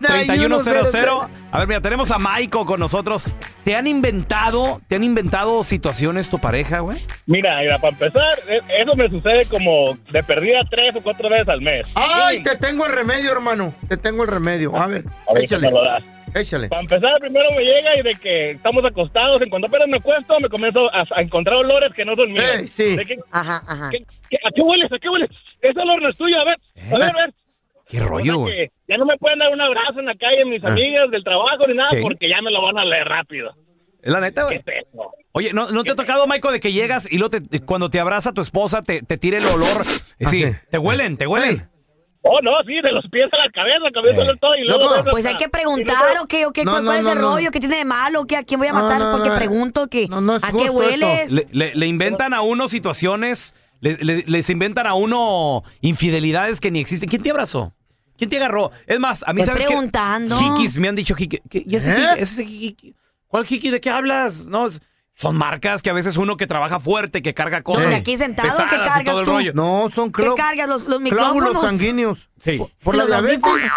Speaker 1: 1-855-370-3100. A ver, mira, tenemos a Maiko con nosotros. ¿Te han inventado, te han inventado situaciones tu pareja, güey?
Speaker 3: Mira, mira, para empezar, e- eso me sucede como de perdida tres o cuatro veces al mes.
Speaker 4: Ay, te tengo el remedio, hermano. Te tengo el remedio. A ver,
Speaker 3: A ver,
Speaker 4: échale.
Speaker 3: ¿qué me lo das?
Speaker 4: Échale.
Speaker 3: Para empezar, primero me llega y de que estamos acostados, en cuanto apenas me acuesto, me comienzo a, a encontrar olores que no son míos. De que,
Speaker 5: Ajá, ajá.
Speaker 3: que- que- ¿A qué hueles? ¿A qué hueles? Ese olor no es tuyo, a ver, a ver, a
Speaker 4: Eh,
Speaker 3: ver.
Speaker 1: ¿Qué rollo,
Speaker 3: Ahora que Ya no me pueden dar un abrazo en la calle mis
Speaker 1: Ah.
Speaker 3: amigas del trabajo ni nada
Speaker 1: Sí.
Speaker 3: porque ya me lo van a leer rápido.
Speaker 1: Es la neta, güey.
Speaker 3: ¿Qué es eso?
Speaker 1: Oye, ¿no, no te ha tocado, Maiko, de que llegas y luego te- cuando te abraza tu esposa te, te tira el olor? Eh, Sí, te huelen, te huelen.
Speaker 3: Oh, no, sí, de los pies a la cabeza, cabeza
Speaker 1: Eh.
Speaker 3: todo y luego...
Speaker 1: Loco.
Speaker 3: ves
Speaker 5: Pues hay
Speaker 3: hasta-
Speaker 5: que preguntar, ¿o qué? ¿O qué?
Speaker 3: No,
Speaker 5: ¿Cuál,
Speaker 3: no,
Speaker 5: cuál es el
Speaker 3: no, no.
Speaker 5: rollo? ¿Qué tiene de malo? ¿Qué, ¿A quién voy a matar?
Speaker 1: no,
Speaker 5: Porque
Speaker 1: no,
Speaker 5: pregunto que a qué hueles.
Speaker 1: Le, le- le inventan a uno situaciones, le- le- les inventan a uno infidelidades que ni existen. ¿Quién te abrazó? ¿Quién te agarró? Es más, a mí
Speaker 5: Estoy
Speaker 1: sabes
Speaker 5: preguntando.
Speaker 1: que Jikis me han dicho Jiki. ¿Qué- ¿Y ese
Speaker 5: ¿Eh?
Speaker 1: jiki- ese jiki- ¿Cuál Jiki? ¿De qué hablas? No, es- son marcas que a veces uno que trabaja fuerte, que carga cosas.
Speaker 5: ¿Dónde? ¿Aquí sentado?
Speaker 1: pesadas
Speaker 5: ¿Qué
Speaker 1: y
Speaker 5: cargas
Speaker 1: todo el
Speaker 5: tú?
Speaker 1: rollo.
Speaker 4: No, son
Speaker 5: ¿Qué
Speaker 4: clo-
Speaker 5: cargas? ¿Los, los
Speaker 4: clávulos
Speaker 5: micrófonos?
Speaker 4: sanguíneos.
Speaker 1: Sí.
Speaker 4: Por la
Speaker 5: Los
Speaker 4: diabetes,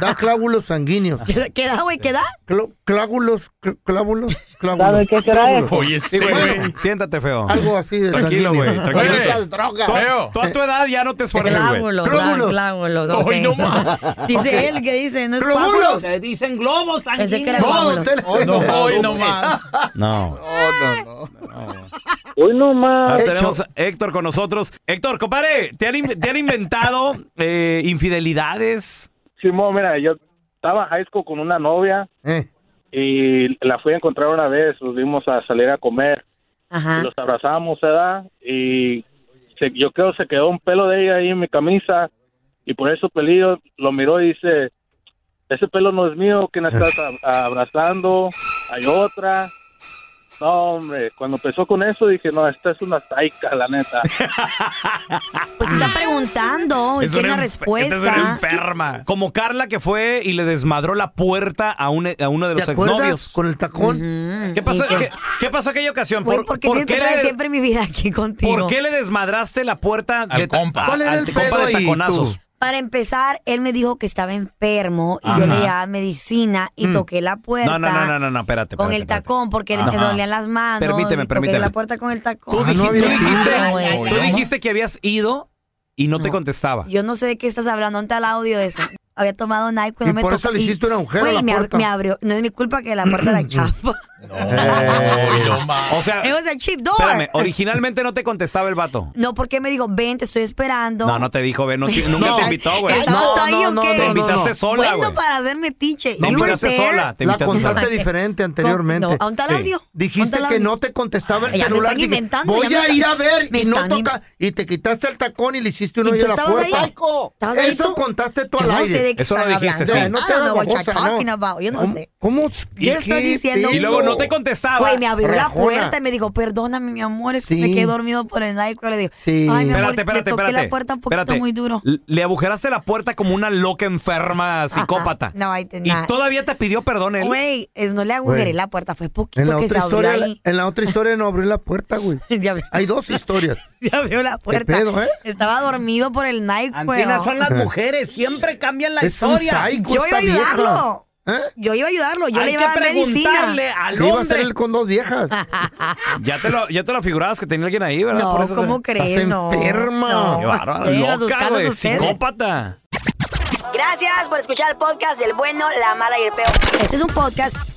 Speaker 4: da clábulos sanguíneos.
Speaker 5: ¿Qué da, güey? ¿Qué da?
Speaker 4: Cl- clábulos, cl- clábulos, clábulos.
Speaker 1: ¿Sabe qué será eso?
Speaker 4: Clábulos.
Speaker 1: Oye, sí,
Speaker 4: Sí,
Speaker 1: güey.
Speaker 4: bueno,
Speaker 1: Siéntate, feo.
Speaker 4: Algo así de
Speaker 1: Tranquilo, güey.
Speaker 4: sanguíneo.
Speaker 1: Tranquilo.
Speaker 4: Malditas drogas.
Speaker 1: Tú a-
Speaker 4: Feo.
Speaker 1: Tú a tu edad ya no te esfuerzas, güey.
Speaker 5: Glábulos, glá- glábulos, ok.
Speaker 1: Ay, no más.
Speaker 5: Dice
Speaker 1: Ok.
Speaker 5: él que dice, no es
Speaker 1: Glóbulos.
Speaker 5: pábulos.
Speaker 1: Te
Speaker 5: dicen globos Pensé que era
Speaker 1: sanguíneos. No,
Speaker 5: pábulos.
Speaker 1: te- No, hoy no
Speaker 4: más.
Speaker 1: No.
Speaker 25: Hoy no
Speaker 1: Ah,
Speaker 25: más.
Speaker 1: tenemos a Héctor con nosotros. Héctor, compadre, ¿te han, in- te han inventado eh, infidelidades?
Speaker 3: Simón, mira, yo estaba en high school con una novia
Speaker 4: Eh.
Speaker 3: y la fui a encontrar una vez, nos dimos a salir a comer,
Speaker 5: Ajá.
Speaker 3: y los abrazamos, ¿verdad? Y se- yo creo se quedó un pelo de ella ahí en mi camisa y por eso pelillo lo miró y dice, ese pelo no es mío, ¿quién estás a- abrazando? Hay otra. No, hombre, cuando empezó con eso dije, no, esta es una taica, la neta.
Speaker 5: Pues
Speaker 1: Ah.
Speaker 5: está preguntando y
Speaker 1: Es
Speaker 5: tiene
Speaker 1: una
Speaker 5: una
Speaker 1: enf- esta es una
Speaker 5: respuesta.
Speaker 1: enferma. Como Carla que fue y le desmadró la puerta a, un- a uno de los
Speaker 4: ¿Te acuerdas?
Speaker 1: exnovios.
Speaker 4: Con el tacón.
Speaker 1: ¿Qué pasó,
Speaker 4: ¿Y qué?
Speaker 1: qué- qué pasó aquella ocasión?
Speaker 5: Güey, ¿Por qué tienes que traer
Speaker 1: le,
Speaker 5: siempre mi vida aquí contigo?
Speaker 1: por qué le desmadraste la puerta al de ta- a-
Speaker 4: ¿Cuál era
Speaker 1: al
Speaker 4: el
Speaker 1: compa de
Speaker 4: pedo ahí,
Speaker 1: taconazos?
Speaker 4: tú?
Speaker 5: Para empezar, él me dijo que estaba enfermo y yo
Speaker 1: Ajá.
Speaker 5: le daba medicina y
Speaker 1: Mm.
Speaker 5: toqué la puerta.
Speaker 1: No, no, no, no, no, no, espérate.
Speaker 5: Con
Speaker 1: espérate,
Speaker 5: el
Speaker 1: espérate.
Speaker 5: tacón, porque
Speaker 1: Ajá.
Speaker 5: me dolían las manos.
Speaker 1: Permíteme,
Speaker 5: y toqué
Speaker 1: permíteme.
Speaker 5: la puerta con el tacón.
Speaker 1: Tú, dijiste- tú dijiste,
Speaker 5: Ay, ay,
Speaker 1: tú
Speaker 5: ay.
Speaker 1: dijiste que habías ido y no, te contestaba.
Speaker 5: Yo no sé de qué estás hablando, ¿dónde está el audio de eso? Había tomado Nike cuando
Speaker 1: Y
Speaker 5: me
Speaker 1: por
Speaker 5: tocó-
Speaker 1: eso le
Speaker 5: y-
Speaker 1: hiciste un agujero a
Speaker 5: Güey,
Speaker 1: la
Speaker 5: me, ab-
Speaker 1: puerta.
Speaker 5: me abrió. No es mi culpa que la puerta la chapa.
Speaker 1: o sea,
Speaker 5: It was a cheap door.
Speaker 1: espérame, originalmente no te contestaba el vato.
Speaker 5: No, porque me dijo, ven, te estoy esperando.
Speaker 1: No, no, te dijo, ven, no te- nunca
Speaker 5: No.
Speaker 1: te invitó, güey.
Speaker 5: ¿Estabas tú ahí o qué?
Speaker 1: Te invitaste sola, güey.
Speaker 5: Bueno, para hacerme tiche.
Speaker 1: No,
Speaker 5: You were
Speaker 1: invitaste
Speaker 5: there.
Speaker 1: sola, te
Speaker 4: La
Speaker 1: invitaste
Speaker 4: contaste
Speaker 1: sola.
Speaker 4: diferente anteriormente.
Speaker 5: No, ¿aún está el audio? ¿Aún
Speaker 4: Dijiste
Speaker 5: está el
Speaker 4: que
Speaker 5: audio?
Speaker 4: no te contestaba el
Speaker 5: Ya me
Speaker 4: celular.
Speaker 5: están
Speaker 4: dije,
Speaker 5: inventando,
Speaker 4: Voy
Speaker 5: ya me
Speaker 4: a
Speaker 5: están-
Speaker 4: ir a ver
Speaker 5: me
Speaker 4: y no
Speaker 5: están
Speaker 4: toca. Y te quitaste el tacón y le hiciste uno
Speaker 5: ¿Y
Speaker 4: ahí
Speaker 5: tú
Speaker 4: a la
Speaker 5: estabas
Speaker 4: puerta.
Speaker 5: ahí? ¿Estabas ahí
Speaker 4: Eso
Speaker 5: tú?
Speaker 4: contaste tú
Speaker 5: Yo
Speaker 4: al
Speaker 5: no sé
Speaker 4: aire.
Speaker 5: de qué Eso lo están dijiste, hablando. Ah, sí.
Speaker 4: No
Speaker 5: I
Speaker 4: te
Speaker 5: don't know
Speaker 4: hagas
Speaker 5: what you're
Speaker 4: babosa, no.
Speaker 5: talking about. Yo no
Speaker 4: ¿Cómo-
Speaker 5: sé.
Speaker 4: ¿Cómo?
Speaker 5: Yo estoy diciendo.
Speaker 1: Y luego no te contestaba.
Speaker 5: Güey, me abrió la
Speaker 1: Rajona.
Speaker 5: puerta y me dijo, perdóname, mi amor, es que
Speaker 1: Sí.
Speaker 5: me quedé dormido por el Nike. Le digo,
Speaker 1: Sí.
Speaker 5: ay, mi amor,
Speaker 1: espérate, espérate,
Speaker 5: le toqué
Speaker 1: espérate.
Speaker 5: la puerta un poquito
Speaker 1: espérate.
Speaker 5: muy duro.
Speaker 1: L- Le agujeraste la puerta como una loca enferma psicópata.
Speaker 5: No, ahí te
Speaker 1: Y
Speaker 5: nada.
Speaker 1: todavía te pidió perdón él.
Speaker 5: Güey, es- no le agujeré
Speaker 4: Güey.
Speaker 5: la puerta, fue poquito
Speaker 4: En la,
Speaker 5: que se
Speaker 4: otra
Speaker 5: abrió
Speaker 4: historia,
Speaker 5: ahí.
Speaker 4: en la otra historia no abrió la puerta, güey. Hay dos historias.
Speaker 5: Se abrió la puerta.
Speaker 4: pedo, eh?
Speaker 5: Estaba dormido por el Nike.
Speaker 4: Antinas son las mujeres,
Speaker 5: siempre cambian
Speaker 4: la Es un historia. psycho
Speaker 5: Yo iba a
Speaker 4: esta vieja.
Speaker 5: ayudarlo. Yo iba a ayudarlo, yo
Speaker 1: Hay
Speaker 5: le
Speaker 1: que
Speaker 5: iba a dar medicina.
Speaker 1: preguntarle al
Speaker 4: Le Iba a hacer el con dos viejas.
Speaker 1: Ya te lo, ya te lo figurabas que tenía alguien ahí, ¿verdad?
Speaker 5: No, ¿cómo crees?
Speaker 1: Estás
Speaker 5: No.
Speaker 1: enferma.
Speaker 5: No.
Speaker 1: Qué bárbara,
Speaker 5: Ustedes, sus
Speaker 1: loca,
Speaker 5: caras,
Speaker 1: güey,
Speaker 5: ustedes.
Speaker 1: psicópata.
Speaker 5: Gracias por escuchar el podcast del bueno, la mala y el peor. Este es un podcast